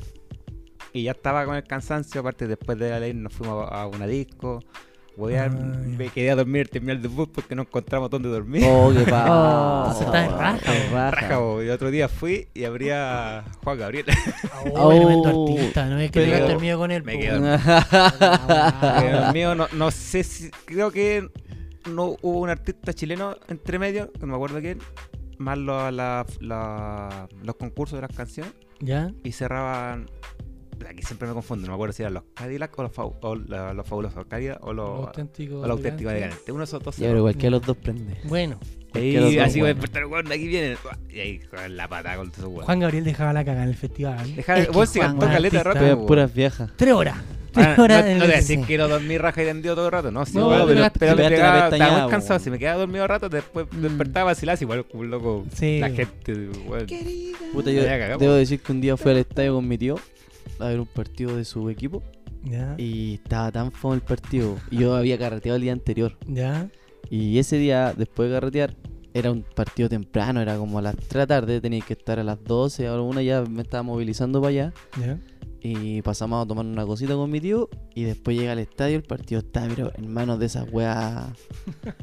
[SPEAKER 4] Y ya estaba con el cansancio, aparte después de la ley nos fuimos a, a una disco. Voy a,
[SPEAKER 1] Ah,
[SPEAKER 4] me
[SPEAKER 1] ya.
[SPEAKER 4] quedé a dormir, terminé el debut porque no encontramos dónde dormir.
[SPEAKER 3] Oh, qué pa.
[SPEAKER 2] Oh.
[SPEAKER 1] Entonces está de raja,
[SPEAKER 3] de raja.
[SPEAKER 4] Raja, bo. y otro día fui y abría Juan Gabriel.
[SPEAKER 1] Oh, tremendo
[SPEAKER 3] Oh.
[SPEAKER 1] artista, no es que te
[SPEAKER 4] Pero-
[SPEAKER 1] hubieras dormido con él.
[SPEAKER 4] Me
[SPEAKER 1] po.
[SPEAKER 4] quedo
[SPEAKER 1] Ah,
[SPEAKER 4] Dios mío, no, no sé si. Creo que no hubo un artista chileno entre medio, que no me acuerdo quién, más lo- la- la- los concursos de las canciones.
[SPEAKER 1] ¿Ya?
[SPEAKER 4] Y cerraban. Aquí siempre me confundo, no me acuerdo si eran los Cadillac o los, fau- o la- los fabulosos Cadillac o los.
[SPEAKER 1] Lo
[SPEAKER 4] auténticos
[SPEAKER 1] auténtico.
[SPEAKER 4] o los auténticos
[SPEAKER 1] elegante.
[SPEAKER 4] elegantes. Uno de esos dos.
[SPEAKER 3] Ya, pero cualquiera de los dos prende.
[SPEAKER 1] Bueno,
[SPEAKER 4] Ahí,
[SPEAKER 3] cualquiera de los dos,
[SPEAKER 4] así voy a
[SPEAKER 3] bueno.
[SPEAKER 4] despertar, weón, aquí vienen. Y ahí, con la pata con todo weón.
[SPEAKER 1] Juan Gabriel dejaba la cagada en el festival.
[SPEAKER 4] Dejar,
[SPEAKER 2] Es que
[SPEAKER 4] vos si
[SPEAKER 2] Juan,
[SPEAKER 4] cantó
[SPEAKER 1] buen
[SPEAKER 4] caleta
[SPEAKER 1] artista.
[SPEAKER 4] rápido.
[SPEAKER 3] Pero
[SPEAKER 4] weón.
[SPEAKER 3] puras viejas.
[SPEAKER 1] Tres horas. Tres
[SPEAKER 4] Ah, no,
[SPEAKER 1] horas en
[SPEAKER 4] no
[SPEAKER 1] el
[SPEAKER 4] te voy a decir
[SPEAKER 1] cine.
[SPEAKER 4] que no dormí raja y tendido todo el rato, no, sí,
[SPEAKER 1] No,
[SPEAKER 4] weón,
[SPEAKER 1] pero
[SPEAKER 4] pero,
[SPEAKER 1] te
[SPEAKER 4] pero me
[SPEAKER 3] pegaste una
[SPEAKER 4] pegaba, estaba
[SPEAKER 3] pestañada,
[SPEAKER 4] muy cansado,
[SPEAKER 3] weón.
[SPEAKER 4] si me quedaba dormido rato, después
[SPEAKER 2] Mm.
[SPEAKER 4] despertaba vacilaba, igual como un loco,
[SPEAKER 1] Sí.
[SPEAKER 4] la gente, weón.
[SPEAKER 2] Querida.
[SPEAKER 3] Puta, yo
[SPEAKER 4] Ya, ya cagamos.
[SPEAKER 3] debo decir que un día fui al estadio con mi tío a ver un partido de su equipo
[SPEAKER 4] Ah.
[SPEAKER 1] Ya.
[SPEAKER 3] y estaba tan fome el partido. Y yo había carreteado el día anterior.
[SPEAKER 1] Ya.
[SPEAKER 3] Y ese día, después de carretear, era un partido temprano, era como a las 3 de la tarde, tenía que estar a las 12, a la 1 ya me estaba movilizando para allá.
[SPEAKER 1] Ya.
[SPEAKER 3] Y pasamos a tomar una cosita con mi tío. Y después llega al estadio. El partido está, pero en manos de esas weas.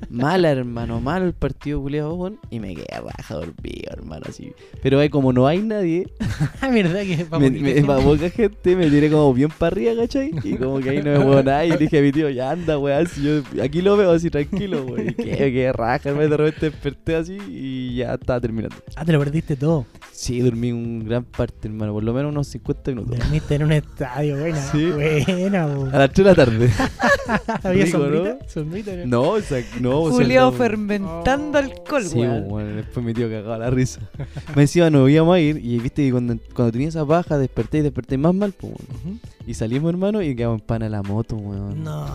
[SPEAKER 3] Mala, hermano. Malo el partido, culiado, weón. Y me quedé raja dormido, hermano. Así. Pero ahí, como no hay nadie,
[SPEAKER 1] Ah, verdad que va
[SPEAKER 3] me,
[SPEAKER 1] poquita
[SPEAKER 3] me-
[SPEAKER 1] gente.
[SPEAKER 3] pa' poca gente me tiré como bien para arriba, ¿cachai? Y como que ahí no me huevo nada. Y dije a mi tío, ya anda, weón. Si yo aquí lo veo así tranquilo, weón. Y que, que raja, hermano. De repente desperté así y ya estaba terminando.
[SPEAKER 1] Ah, te lo perdiste todo.
[SPEAKER 3] Sí, dormí un gran parte, hermano. Por lo menos unos 50 minutos.
[SPEAKER 1] Dormiste en un estadio, buena.
[SPEAKER 3] Sí.
[SPEAKER 1] Buena, bo.
[SPEAKER 3] A las 3 de la tarde.
[SPEAKER 1] Había
[SPEAKER 3] rico,
[SPEAKER 1] sombrita, sombrita, ¿no?
[SPEAKER 3] No, o sea, no. o sea,
[SPEAKER 2] Julio
[SPEAKER 3] no.
[SPEAKER 2] fermentando
[SPEAKER 1] Oh.
[SPEAKER 2] alcohol,
[SPEAKER 3] Sí, pues,
[SPEAKER 2] weón.
[SPEAKER 3] bueno, después mi tío cagaba la risa. Me decía, nos íbamos a ir y viste que cuando, cuando tenía esa baja desperté y desperté más mal, pues, weón.
[SPEAKER 1] Ujú.
[SPEAKER 3] Y salimos, hermano, y quedamos en pana la moto, weón.
[SPEAKER 1] No.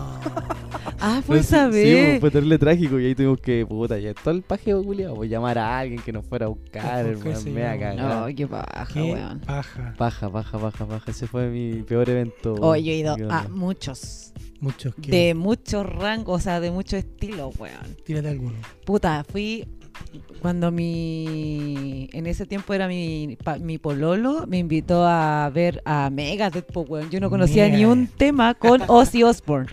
[SPEAKER 2] Ah, pues
[SPEAKER 3] Entonces,
[SPEAKER 2] a
[SPEAKER 3] Sí, weón,
[SPEAKER 2] ver.
[SPEAKER 3] fue terrible trágico y ahí tuvimos que, puta, ya todo el pajeo, culiao, pues llamar a alguien que nos fuera a buscar,
[SPEAKER 1] Ojo,
[SPEAKER 3] hermano.
[SPEAKER 1] qué sé
[SPEAKER 3] Me da
[SPEAKER 1] yo.
[SPEAKER 3] cagada.
[SPEAKER 2] No, qué paja,
[SPEAKER 1] Qué
[SPEAKER 2] weón.
[SPEAKER 1] paja.
[SPEAKER 3] Baja, baja, baja, baja. Ese fue mi peor evento. weón.
[SPEAKER 2] Hoy yo he ido
[SPEAKER 3] Qué
[SPEAKER 2] a
[SPEAKER 3] onda.
[SPEAKER 2] muchos.
[SPEAKER 1] Muchos que.
[SPEAKER 2] De muchos rangos, o sea, de muchos estilos, weón.
[SPEAKER 1] Tírate alguno.
[SPEAKER 2] Puta, fui cuando mi. En ese tiempo era mi, pa- mi pololo, me invitó a ver a Megadeth, po, weón. Yo no conocía ni un
[SPEAKER 1] Megadeth.
[SPEAKER 2] tema con Ozzy Osbourne.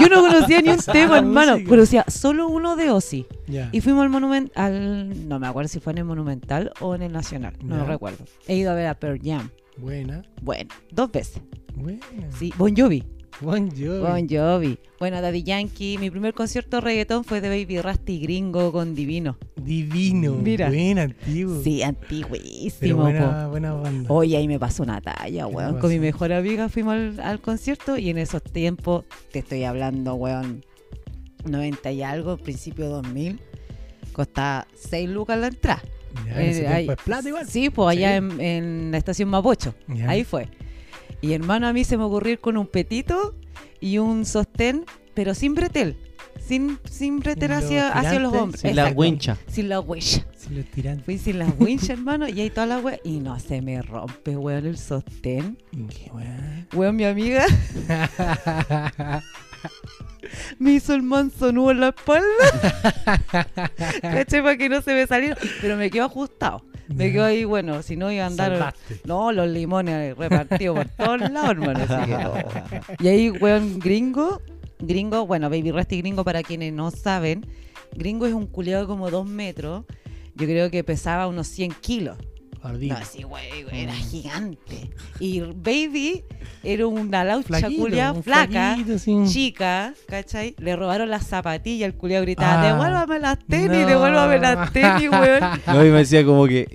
[SPEAKER 2] Yo no conocía ni un tema, hermano.
[SPEAKER 1] música.
[SPEAKER 2] Conocía solo uno de Ozzy.
[SPEAKER 1] Ya.
[SPEAKER 2] Y fuimos al Monumental, al, no me acuerdo si fue en el Monumental o en el Nacional, no
[SPEAKER 1] Ya.
[SPEAKER 2] recuerdo. He ido a ver a Pearl Jam,
[SPEAKER 1] Buena.
[SPEAKER 2] bueno, dos veces,
[SPEAKER 1] Buena.
[SPEAKER 2] sí, Bon Jovi,
[SPEAKER 1] Buen yo.
[SPEAKER 2] Bon Jovi, bueno, Daddy Yankee, mi primer concierto de reggaetón fue de Baby Rasty Gringo con Divino,
[SPEAKER 1] Divino.
[SPEAKER 2] Mira.
[SPEAKER 1] Buen antiguo.
[SPEAKER 2] sí,
[SPEAKER 1] Uh. Pero
[SPEAKER 2] antiguísimo, po.
[SPEAKER 1] buena, buena banda.
[SPEAKER 2] Oye, ahí me pasó una talla,
[SPEAKER 1] ¿Qué te
[SPEAKER 2] weón,
[SPEAKER 1] pasó?
[SPEAKER 2] con mi mejor amiga fuimos al, al concierto y en esos tiempos, te estoy hablando, weón, 90 y algo, principio 2000, costaba 6 lucas la entrada.
[SPEAKER 1] Ya, en ese
[SPEAKER 2] Eh,
[SPEAKER 1] tiempo
[SPEAKER 2] ahí-
[SPEAKER 1] es plata igual.
[SPEAKER 2] Sí, pues allá
[SPEAKER 1] Sí.
[SPEAKER 2] En, en la estación Mapocho.
[SPEAKER 1] Ya.
[SPEAKER 2] Ahí fue. Y hermano, a mí se me ocurrió ir con un petito y un sostén, pero sin bretel. Sin, sin bretel
[SPEAKER 1] Sin
[SPEAKER 2] hacia,
[SPEAKER 1] los
[SPEAKER 2] hacia los
[SPEAKER 1] tirantes,
[SPEAKER 2] hombres.
[SPEAKER 3] Sí, la
[SPEAKER 2] Exacto.
[SPEAKER 3] wincha.
[SPEAKER 2] Sin la huella.
[SPEAKER 1] Si lo tiran.
[SPEAKER 2] Fui sin la wincha, hermano, y ahí toda la huella. Y no se me rompe, weón, el sostén.
[SPEAKER 1] Qué weá.
[SPEAKER 2] Weón, mi amiga me hizo el manso nudo en la espalda. Caché para que no se me saliera. Pero me quedó ajustado. Me
[SPEAKER 1] Ya.
[SPEAKER 2] quedó ahí, bueno, si no iba a andar.
[SPEAKER 1] Salvaste.
[SPEAKER 2] No, los limones repartidos por todos lados, hermano. así que, oh. Y ahí, weón, gringo, gringo, bueno, Baby Rusty gringo, para quienes no saben, gringo es un culeado de como dos metros. Yo creo que pesaba unos 100 kilos.
[SPEAKER 1] Jardín.
[SPEAKER 2] No, sí, güey, güey, era
[SPEAKER 1] Mm.
[SPEAKER 2] gigante. Y Baby era una laucha
[SPEAKER 1] Flaquito,
[SPEAKER 2] culia
[SPEAKER 1] un
[SPEAKER 2] flaca,
[SPEAKER 1] flaquito, sí.
[SPEAKER 2] chica, ¿cachai? Le robaron las zapatillas, el culiao gritaba,
[SPEAKER 1] Ah.
[SPEAKER 2] devuélvame las tenis,
[SPEAKER 1] No.
[SPEAKER 2] devuélvame las tenis, weón.
[SPEAKER 3] No, y me decía como que.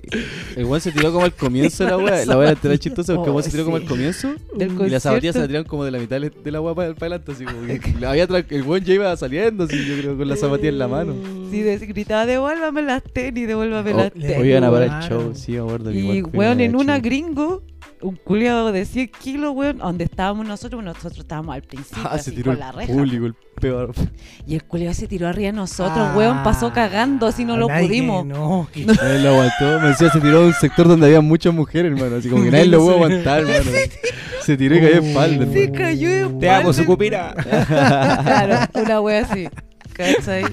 [SPEAKER 3] El weón se tiró como al comienzo de la wea. La wea era chistosa porque el weón se tiró como al
[SPEAKER 2] Oh, Sí.
[SPEAKER 3] comienzo.
[SPEAKER 2] Del
[SPEAKER 3] Y las zapatillas se la
[SPEAKER 2] concierto.
[SPEAKER 3] tiraron como de la mitad de la wea para adelante. Así como que la había tra- el weón ya iba saliendo, así yo creo, con la zapatilla en la mano.
[SPEAKER 2] Sí, de- gritaba, devuélvame las tenis, devuélvame las
[SPEAKER 1] le-
[SPEAKER 2] tenis.
[SPEAKER 3] Hoy iban Oh, a parar el
[SPEAKER 1] Claro.
[SPEAKER 3] show, sí, me acuerdo que
[SPEAKER 2] Y,
[SPEAKER 3] igual fue Ah,
[SPEAKER 2] weón, en
[SPEAKER 3] show.
[SPEAKER 2] una gringo, un culiado de 100 kilos, weón, donde estábamos nosotros, bueno, nosotros estábamos al principio,
[SPEAKER 3] Ah,
[SPEAKER 2] así,
[SPEAKER 3] se tiró
[SPEAKER 2] con la
[SPEAKER 3] el
[SPEAKER 2] reja.
[SPEAKER 3] público, el peor.
[SPEAKER 2] Y el culiado se tiró arriba de nosotros, weón, pasó cagando, así no lo
[SPEAKER 1] Ah, Nadie-
[SPEAKER 2] pudimos.
[SPEAKER 1] No, que-
[SPEAKER 3] Nadie lo aguantó. Me decía, se tiró a un sector donde había muchas mujeres, hermano. Así como que nadie lo pudo aguantar, hermano. Se tiró y cayó de espalda,
[SPEAKER 1] Sí,
[SPEAKER 2] Se
[SPEAKER 3] hermano.
[SPEAKER 2] cayó de
[SPEAKER 4] Te
[SPEAKER 2] espalda.
[SPEAKER 4] hago su cupira.
[SPEAKER 2] Claro, una wea así. ¿Cachai?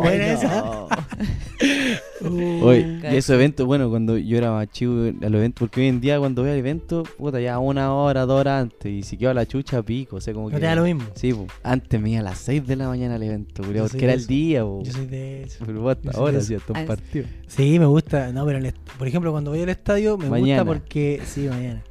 [SPEAKER 1] Buena esa. Uh.
[SPEAKER 3] Oye,
[SPEAKER 1] Mm,
[SPEAKER 2] Cacho.
[SPEAKER 3] y esos eventos, bueno, cuando yo era más chico a los eventos, porque hoy en día cuando voy al evento, puta, ya una hora, dos horas antes, y si quedo a la chucha, pico, o sea, como
[SPEAKER 1] no
[SPEAKER 3] que...
[SPEAKER 1] te da lo mismo.
[SPEAKER 3] Sí, po. antes me iba a las 6 de la mañana al evento, culiao,
[SPEAKER 1] Yo soy
[SPEAKER 3] porque era
[SPEAKER 1] de
[SPEAKER 3] el
[SPEAKER 1] eso.
[SPEAKER 3] día, po.
[SPEAKER 1] Yo soy de eso.
[SPEAKER 3] Pero vos hasta
[SPEAKER 1] yo soy de
[SPEAKER 3] ahora,
[SPEAKER 1] eso.
[SPEAKER 3] sí, hasta
[SPEAKER 2] Ah,
[SPEAKER 3] un partido.
[SPEAKER 1] Sí, me gusta. No, pero en el- por ejemplo, cuando voy al estadio me
[SPEAKER 3] Mañana.
[SPEAKER 1] gusta porque. Sí, mañana.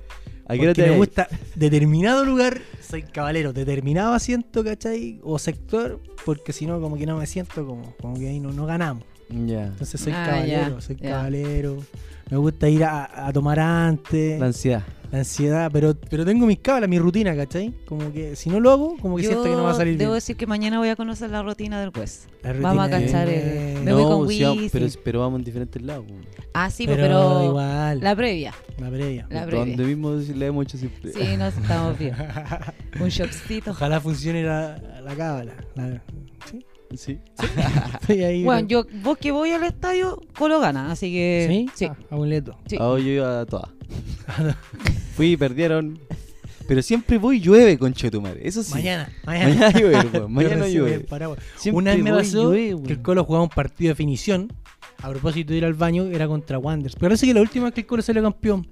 [SPEAKER 3] ¿A qué hora
[SPEAKER 1] porque
[SPEAKER 3] te
[SPEAKER 1] me
[SPEAKER 3] vas?
[SPEAKER 1] gusta determinado lugar, soy cabalero. Determinado asiento, ¿cachai? O sector, porque si no, como que no me siento como, como que ahí no, no ganamos.
[SPEAKER 3] Ya,
[SPEAKER 1] Entonces soy
[SPEAKER 2] Ah,
[SPEAKER 1] caballero,
[SPEAKER 2] ya,
[SPEAKER 1] soy
[SPEAKER 2] ya.
[SPEAKER 1] caballero. Me gusta ir a, a tomar antes,
[SPEAKER 3] la
[SPEAKER 1] la,
[SPEAKER 3] ansiedad.
[SPEAKER 1] ansiedad, pero, pero tengo mis cábalas, mi rutina, ¿cachai? Como que si no lo hago, como que siento que no va a salir
[SPEAKER 2] debo
[SPEAKER 1] bien.
[SPEAKER 2] decir que mañana voy a conocer la rutina del juez.
[SPEAKER 1] La
[SPEAKER 2] vamos a
[SPEAKER 1] rutina
[SPEAKER 2] cachar
[SPEAKER 1] es-
[SPEAKER 2] el- Me voy con
[SPEAKER 3] o sea,
[SPEAKER 2] Wisin.
[SPEAKER 3] pero, pero vamos en diferentes lados, po.
[SPEAKER 2] Ah, sí, po,
[SPEAKER 1] pero,
[SPEAKER 2] pero,
[SPEAKER 1] igual, la,
[SPEAKER 2] la previa.
[SPEAKER 1] previa.
[SPEAKER 2] La previa.
[SPEAKER 3] Donde mismo le hemos hecho siempre.
[SPEAKER 2] Sí, nos estamos bien. Un shopcito.
[SPEAKER 1] Ojalá funcione la, la cábala. la- ¿sí?
[SPEAKER 3] Sí.
[SPEAKER 1] Estoy ahí.
[SPEAKER 2] Bueno, yo, vos que voy al estadio, Colo gana, así que...
[SPEAKER 1] ¿Sí?
[SPEAKER 2] Sí.
[SPEAKER 1] Ah, amuleto.
[SPEAKER 2] sí.
[SPEAKER 3] Ah, yo iba a todas. Fui y perdieron. Pero siempre voy y llueve, conchetumare. Eso sí.
[SPEAKER 1] Mañana, mañana.
[SPEAKER 3] Mañana llueve, weón.
[SPEAKER 1] Yo
[SPEAKER 3] Mañana
[SPEAKER 1] recibo
[SPEAKER 3] llueve.
[SPEAKER 1] el paraguas.
[SPEAKER 3] Siempre
[SPEAKER 1] Una vez me
[SPEAKER 3] voy y
[SPEAKER 1] pasó
[SPEAKER 3] llueve,
[SPEAKER 1] que el
[SPEAKER 3] weón.
[SPEAKER 1] Colo jugaba un partido de definición. A propósito de ir al baño, era contra Wanderers. Pero parece que la última vez que el Colo salió campeón.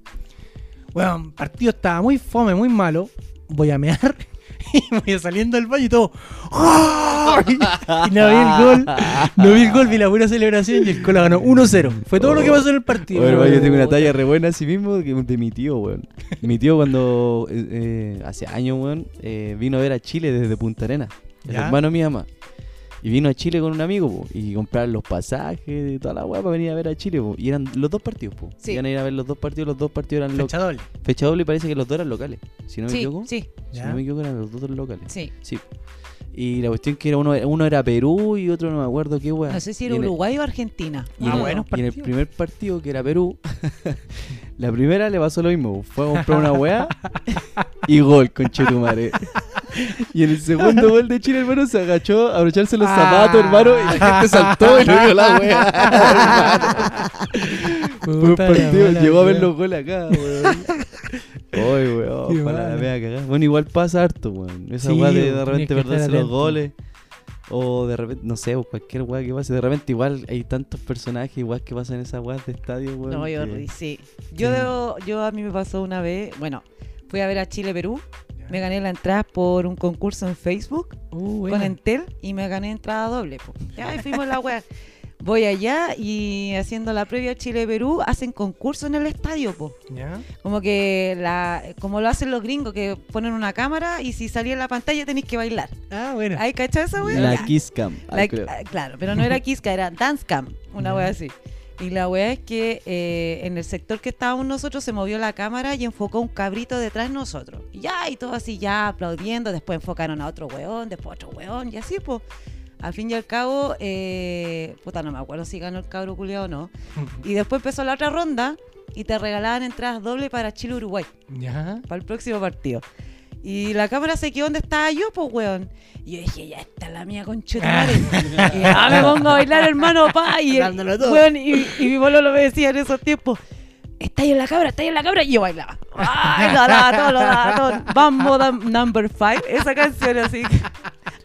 [SPEAKER 1] Weón, partido estaba muy fome, muy malo. Voy a mear. Y voy saliendo del baño y todo. ¡Oh! Y, y no vi el gol. No vi el gol, vi la buena celebración y el Cola ganó 1-0. Fue todo lo que pasó en el partido.
[SPEAKER 3] Bueno,
[SPEAKER 1] weón.
[SPEAKER 3] yo tengo una talla re buena así mismo que de mi tío, weón. Mi tío cuando eh, eh, hace años, weón, eh, vino a ver a Chile desde Punta Arenas. El
[SPEAKER 1] Ya.
[SPEAKER 3] hermano de mi mamá. Y vino a Chile con un amigo, po, y compraron los pasajes y toda la weá para venir a ver a Chile, po. Y eran los dos partidos, po.
[SPEAKER 2] Sí.
[SPEAKER 3] Iban a ir a ver los dos partidos, los dos partidos eran
[SPEAKER 1] Fecha
[SPEAKER 3] locales.
[SPEAKER 1] doble.
[SPEAKER 3] Fecha doble y parece que los dos eran locales. Si no me
[SPEAKER 2] sí,
[SPEAKER 3] equivoco.
[SPEAKER 2] sí,
[SPEAKER 3] Si
[SPEAKER 1] Ya.
[SPEAKER 3] no me equivoco eran los dos locales.
[SPEAKER 2] sí.
[SPEAKER 3] Sí. Y la cuestión que era uno, uno era Perú y otro no me acuerdo qué weá.
[SPEAKER 2] No sé si
[SPEAKER 3] Y
[SPEAKER 2] era
[SPEAKER 3] en el-
[SPEAKER 2] Uruguay o Argentina.
[SPEAKER 3] y,
[SPEAKER 1] Ah,
[SPEAKER 3] en el,
[SPEAKER 1] buenos
[SPEAKER 3] y en el
[SPEAKER 1] partidos.
[SPEAKER 3] primer partido, que era Perú, la primera le pasó lo mismo. Fue a comprar una weá y gol con Chetumare. Y en el segundo gol de Chile, hermano, se agachó a abrocharse los
[SPEAKER 1] Ah.
[SPEAKER 3] zapatos, hermano, y la gente saltó y no vio la weá. Fue un
[SPEAKER 1] Puta la
[SPEAKER 3] partido,
[SPEAKER 1] mala
[SPEAKER 3] llegó a ver
[SPEAKER 1] vida.
[SPEAKER 3] los goles acá, weón. Ay,
[SPEAKER 1] Qué
[SPEAKER 3] weón, para la
[SPEAKER 1] mala.
[SPEAKER 3] media cagada. Bueno, igual pasa harto, weón. Esa
[SPEAKER 1] Sí,
[SPEAKER 3] weá de, de
[SPEAKER 1] weón, tenés
[SPEAKER 3] repente
[SPEAKER 1] que estar
[SPEAKER 3] perderse los
[SPEAKER 1] atento.
[SPEAKER 3] goles. O de repente, no sé, o cualquier weá que pase. De repente, igual hay tantos personajes igual que pasan esas weas de estadio, weón.
[SPEAKER 2] No, yo ri-
[SPEAKER 3] que-
[SPEAKER 2] sí. Yo,
[SPEAKER 3] Sí.
[SPEAKER 2] debo- yo a mí me pasó una vez, bueno, fui a ver a Chile-Perú,
[SPEAKER 1] Ya.
[SPEAKER 2] me gané la entrada por un concurso en Facebook
[SPEAKER 1] Uh,
[SPEAKER 2] con
[SPEAKER 1] buena.
[SPEAKER 2] Entel y me gané entrada doble. po. Ya, y fuimos a la web. Voy allá y haciendo la previa Chile-Perú hacen concurso en el estadio, po.
[SPEAKER 1] Ya.
[SPEAKER 2] Como que la, como lo hacen los gringos, que ponen una cámara y si salía en la pantalla tenéis que bailar.
[SPEAKER 1] Ah, bueno.
[SPEAKER 2] ¿Hay cachado esa wea?
[SPEAKER 3] La
[SPEAKER 2] Ya.
[SPEAKER 3] Kiss Cam. ah,
[SPEAKER 2] La-
[SPEAKER 3] creo.
[SPEAKER 2] ah, claro, pero no era Kiska, era Dance Camp, una
[SPEAKER 1] Ya.
[SPEAKER 2] wea así. Y la wea es que eh, en el sector que estábamos nosotros se movió la cámara y enfocó un cabrito detrás de nosotros. Y ya, y todo así, ya aplaudiendo. Después enfocaron a otro weón, después otro weón, y así, pues. Al fin y al cabo, eh, puta, no me acuerdo si ganó el cabro culiao o no. Y después empezó la otra ronda y te regalaban entradas doble para Chile-Uruguay
[SPEAKER 1] Ya.
[SPEAKER 2] para el próximo partido. Y la cámara se quedó donde estaba yo, pues, weón. Y yo dije, ya está la mía con Y ya me pongo a bailar, hermano, pa. Y,
[SPEAKER 1] Dándolo todo.
[SPEAKER 2] weón, y, y mi bolo lo me decía en esos tiempos. Está ahí en la cámara, está ahí en la cámara. Y yo bailaba. Ay, lo daba todo, lo daba todo. Vamos, dam- number five. Esa canción así.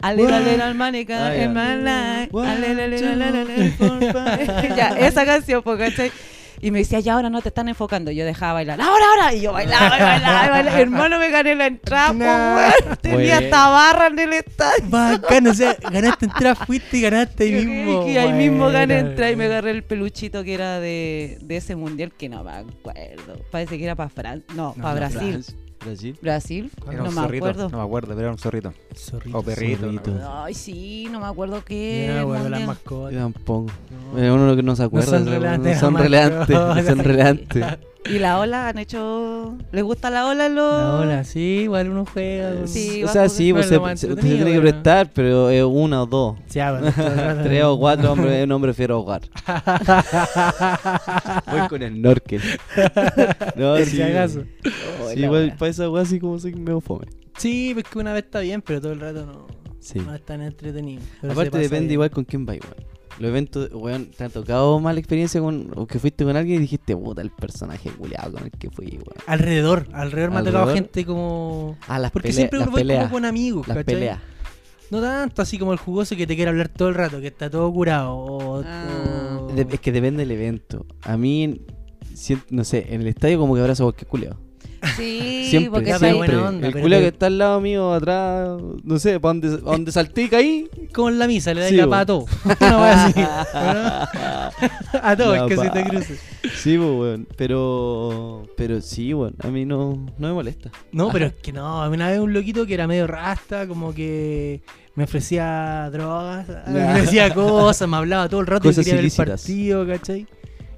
[SPEAKER 2] Ale, ale, almanica,
[SPEAKER 3] Ah, ya.
[SPEAKER 2] hermana.
[SPEAKER 3] One,
[SPEAKER 2] Ale, ale, ale,
[SPEAKER 3] two,
[SPEAKER 2] ale, ale, ale, por favor. Ya, esa canción, pues, ¿cachai? Y me decía, ya ahora no te están enfocando. Yo dejaba bailar, ahora, ahora. Y yo bailaba, y bailaba, y bailaba. Hermano, me gané la entrada, po,
[SPEAKER 1] Nah.
[SPEAKER 2] weón. Tenía
[SPEAKER 3] Bueno.
[SPEAKER 2] hasta barra en el estadio.
[SPEAKER 1] Bacán, o sea, ganaste entrada, fuiste y ganaste ahí
[SPEAKER 2] Y
[SPEAKER 1] mismo.
[SPEAKER 2] ahí mismo
[SPEAKER 1] Buena,
[SPEAKER 2] gané entrada y me
[SPEAKER 1] buena.
[SPEAKER 2] agarré el peluchito que era de, de ese mundial que no me acuerdo. Parece que era para Francia. No,
[SPEAKER 1] No,
[SPEAKER 2] para
[SPEAKER 1] no,
[SPEAKER 2] Brasil.
[SPEAKER 3] Francia, Brasil.
[SPEAKER 2] Brasil,
[SPEAKER 4] Era
[SPEAKER 2] no
[SPEAKER 4] un
[SPEAKER 2] me
[SPEAKER 4] zorrito,
[SPEAKER 2] acuerdo.
[SPEAKER 4] no me acuerdo, pero era un zorrito.
[SPEAKER 1] Zorrito.
[SPEAKER 4] O
[SPEAKER 3] Oh.
[SPEAKER 4] perrito.
[SPEAKER 3] zorrito.
[SPEAKER 4] una-
[SPEAKER 2] Ay, sí, no me acuerdo qué.
[SPEAKER 1] Yo no me acuerdo
[SPEAKER 2] mundial.
[SPEAKER 1] las
[SPEAKER 3] Yo
[SPEAKER 1] mascotas.
[SPEAKER 3] tampoco. Eh, Uno que no se acuerda.
[SPEAKER 1] son
[SPEAKER 3] ¿no?
[SPEAKER 1] relevantes,
[SPEAKER 3] No son
[SPEAKER 1] jamás.
[SPEAKER 3] relevantes. No son relevantes.
[SPEAKER 2] Y la ola han hecho. ¿Les gusta la ola? Lo...
[SPEAKER 1] Ahora sí, igual uno juega.
[SPEAKER 2] Sí,
[SPEAKER 3] o
[SPEAKER 2] va
[SPEAKER 3] sea,
[SPEAKER 2] a
[SPEAKER 3] sí,
[SPEAKER 1] jugar
[SPEAKER 3] pues
[SPEAKER 1] lo más
[SPEAKER 3] se, se- usted se
[SPEAKER 1] entretenido,
[SPEAKER 3] tiene que
[SPEAKER 1] pero-
[SPEAKER 3] prestar, pero eh, una o dos.
[SPEAKER 1] Se habla.
[SPEAKER 3] Tres o cuatro hombres, un hombre fiero a jugar. Voy con el norkel. no,
[SPEAKER 1] Por
[SPEAKER 3] sí.
[SPEAKER 1] si acaso.
[SPEAKER 2] Oh,
[SPEAKER 3] Sí,
[SPEAKER 2] la
[SPEAKER 3] igual
[SPEAKER 2] wea.
[SPEAKER 3] para esa weá así como soy medio fome.
[SPEAKER 1] Sí, pues que una vez está bien, pero todo el rato no,
[SPEAKER 3] Sí.
[SPEAKER 1] no es tan entretenido. Ah, Pero se
[SPEAKER 3] Aparte
[SPEAKER 1] pasa
[SPEAKER 3] depende
[SPEAKER 1] bien.
[SPEAKER 3] igual con quién va igual. Los eventos, weón, te ha tocado mala experiencia con, o que fuiste con alguien y dijiste, puta, el personaje culiado con el que fui, weón.
[SPEAKER 1] Alrededor, alrededor me ha tocado
[SPEAKER 3] Alrededor.
[SPEAKER 1] gente como...
[SPEAKER 3] Ah, las,
[SPEAKER 1] Porque
[SPEAKER 3] pele-
[SPEAKER 1] siempre
[SPEAKER 3] las
[SPEAKER 1] voy
[SPEAKER 3] peleas.
[SPEAKER 1] como con amigos,
[SPEAKER 3] las
[SPEAKER 1] ¿cachai?
[SPEAKER 3] peleas.
[SPEAKER 1] No tanto así como el jugoso que te quiere hablar todo el rato, que está todo curado. o-
[SPEAKER 2] Ah.
[SPEAKER 1] o-
[SPEAKER 3] De- es que depende del evento. A mí, sien- no sé, en el estadio como que abrazo a cualquier culiado.
[SPEAKER 2] Sí,
[SPEAKER 3] Siempre,
[SPEAKER 2] porque
[SPEAKER 1] está ahí.
[SPEAKER 3] siempre.
[SPEAKER 1] Buena onda,
[SPEAKER 3] el
[SPEAKER 1] pero
[SPEAKER 3] culiao
[SPEAKER 1] te-
[SPEAKER 3] que está al lado mío, atrás, no sé, para donde, pa' donde salté y caí.
[SPEAKER 1] Con la misa, le da
[SPEAKER 3] Sí,
[SPEAKER 1] la
[SPEAKER 3] bo.
[SPEAKER 1] pata a todo. Una wea así, ¿no? a todos
[SPEAKER 3] La
[SPEAKER 1] que se
[SPEAKER 3] pa-
[SPEAKER 1] te cruce.
[SPEAKER 3] Sí, pues, weón. Pero, pero sí, weón. A mí no, no me molesta.
[SPEAKER 1] No, pero es que no, a mí una vez un loquito que era medio rasta, como que me ofrecía drogas, me
[SPEAKER 3] Ya.
[SPEAKER 1] ofrecía cosas, me hablaba todo el rato
[SPEAKER 3] Cosas
[SPEAKER 1] y quería ver el
[SPEAKER 3] ilícitas.
[SPEAKER 1] partido, ¿cachai?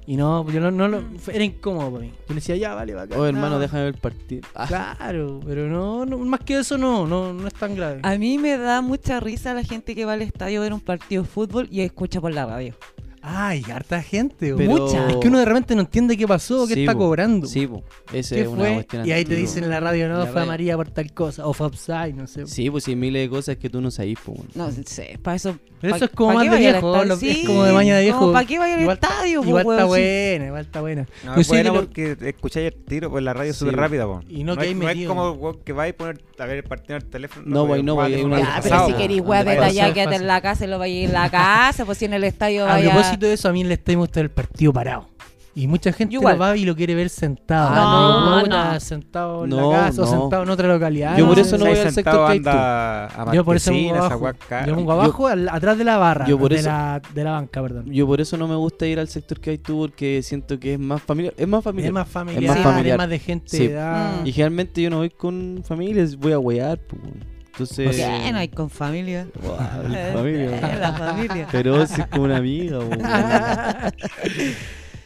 [SPEAKER 1] Y no, yo no, no lo, fue- era incómodo para mí. Yo le decía, ya, vale, bacán.
[SPEAKER 3] Oh, hermano,
[SPEAKER 1] no".
[SPEAKER 3] déjame ver el partido. Ah,
[SPEAKER 1] Claro, pero no, no, más que eso no, no, no es tan grave.
[SPEAKER 3] Ah.
[SPEAKER 2] A mí me da mucha risa la gente que va al estadio a ver un partido de fútbol y escucha por la radio.
[SPEAKER 1] Ay, harta gente,
[SPEAKER 3] Pero-
[SPEAKER 1] mucha. Es que uno de repente no entiende qué pasó, qué
[SPEAKER 3] sí,
[SPEAKER 1] está
[SPEAKER 3] po.
[SPEAKER 1] cobrando.
[SPEAKER 3] Sí, pues. Esa
[SPEAKER 1] ¿Qué
[SPEAKER 3] es una
[SPEAKER 1] fue?
[SPEAKER 3] cuestión
[SPEAKER 1] Y ahí te
[SPEAKER 3] antigua.
[SPEAKER 1] dicen en la radio, no,
[SPEAKER 3] La
[SPEAKER 1] fue
[SPEAKER 3] radio.
[SPEAKER 1] amarilla por tal cosa, o fue upside, no sé.
[SPEAKER 3] Sí, pues, sí, miles de cosas que tú no sabes, pues, weón.
[SPEAKER 2] No sé, para eso.
[SPEAKER 1] Pero
[SPEAKER 2] pa-
[SPEAKER 1] eso es como
[SPEAKER 2] ¿pa
[SPEAKER 1] más
[SPEAKER 2] qué
[SPEAKER 1] de
[SPEAKER 2] vaya al
[SPEAKER 1] viejo,
[SPEAKER 2] estadio?
[SPEAKER 1] lo que es como de baña de viejo.
[SPEAKER 2] ¿Para qué vaya al
[SPEAKER 1] Igual-
[SPEAKER 2] estadio? po,
[SPEAKER 1] Igual está
[SPEAKER 2] weón? Sí.
[SPEAKER 1] buena, igual está buena.
[SPEAKER 4] No,
[SPEAKER 1] Yo
[SPEAKER 4] es
[SPEAKER 1] Pues sí que
[SPEAKER 4] buena
[SPEAKER 1] lo-
[SPEAKER 4] porque escucháis el tiro por la radio
[SPEAKER 3] Sí,
[SPEAKER 4] súper
[SPEAKER 3] bo.
[SPEAKER 4] rápida, po.
[SPEAKER 1] Y no
[SPEAKER 4] es,
[SPEAKER 1] quedáis
[SPEAKER 4] no es
[SPEAKER 1] metido.
[SPEAKER 4] como bo, que vais a poner a ver el partido en el teléfono.
[SPEAKER 3] No, bo, y no, bo, y hay una-
[SPEAKER 2] Ya,
[SPEAKER 3] Pasado,
[SPEAKER 2] pero si
[SPEAKER 3] po.
[SPEAKER 2] queréis weá
[SPEAKER 1] Anda,
[SPEAKER 2] detallada,
[SPEAKER 1] pasado,
[SPEAKER 2] quédate
[SPEAKER 1] pasado.
[SPEAKER 2] en la casa y lo vayas en la casa, pues si en el estadio
[SPEAKER 1] A
[SPEAKER 2] vaya.
[SPEAKER 1] propósito de eso, a mí el estadio me gusta el partido parado. Y mucha gente
[SPEAKER 2] Igual.
[SPEAKER 1] lo va y lo quiere ver sentado.
[SPEAKER 2] Ah,
[SPEAKER 1] no,
[SPEAKER 2] no,
[SPEAKER 1] puta,
[SPEAKER 2] no.
[SPEAKER 1] sentado en
[SPEAKER 3] No,
[SPEAKER 1] la casa o
[SPEAKER 3] no.
[SPEAKER 1] sentado en otra localidad.
[SPEAKER 3] Yo por
[SPEAKER 1] sé.
[SPEAKER 3] eso no
[SPEAKER 4] Ahí
[SPEAKER 3] voy al
[SPEAKER 4] sentado
[SPEAKER 3] sector que hay
[SPEAKER 4] anda a
[SPEAKER 1] Yo por eso me pongo
[SPEAKER 4] Marquesina,
[SPEAKER 1] abajo.
[SPEAKER 4] Zahualcá.
[SPEAKER 1] Yo me pongo
[SPEAKER 3] Yo-
[SPEAKER 1] abajo, al- atrás de la barra.
[SPEAKER 3] yo por
[SPEAKER 1] de,
[SPEAKER 3] eso-
[SPEAKER 1] la, de la banca, perdón.
[SPEAKER 3] Yo por eso no me gusta ir al sector que hay tú porque siento que es más familiar. Es más familiar.
[SPEAKER 1] Es más familiar, es
[SPEAKER 3] Es
[SPEAKER 1] más,
[SPEAKER 3] más familiar.
[SPEAKER 1] de gente
[SPEAKER 3] Sí.
[SPEAKER 1] de edad.
[SPEAKER 2] Mm.
[SPEAKER 3] Y generalmente yo no voy con familias, voy a huear. pues, weón. Entonces.
[SPEAKER 1] eh,
[SPEAKER 2] Bien, ahí con familia.
[SPEAKER 3] Buah,
[SPEAKER 2] Eh,
[SPEAKER 3] familia, weón.
[SPEAKER 2] La familia.
[SPEAKER 3] Pero si es como una amiga, weón.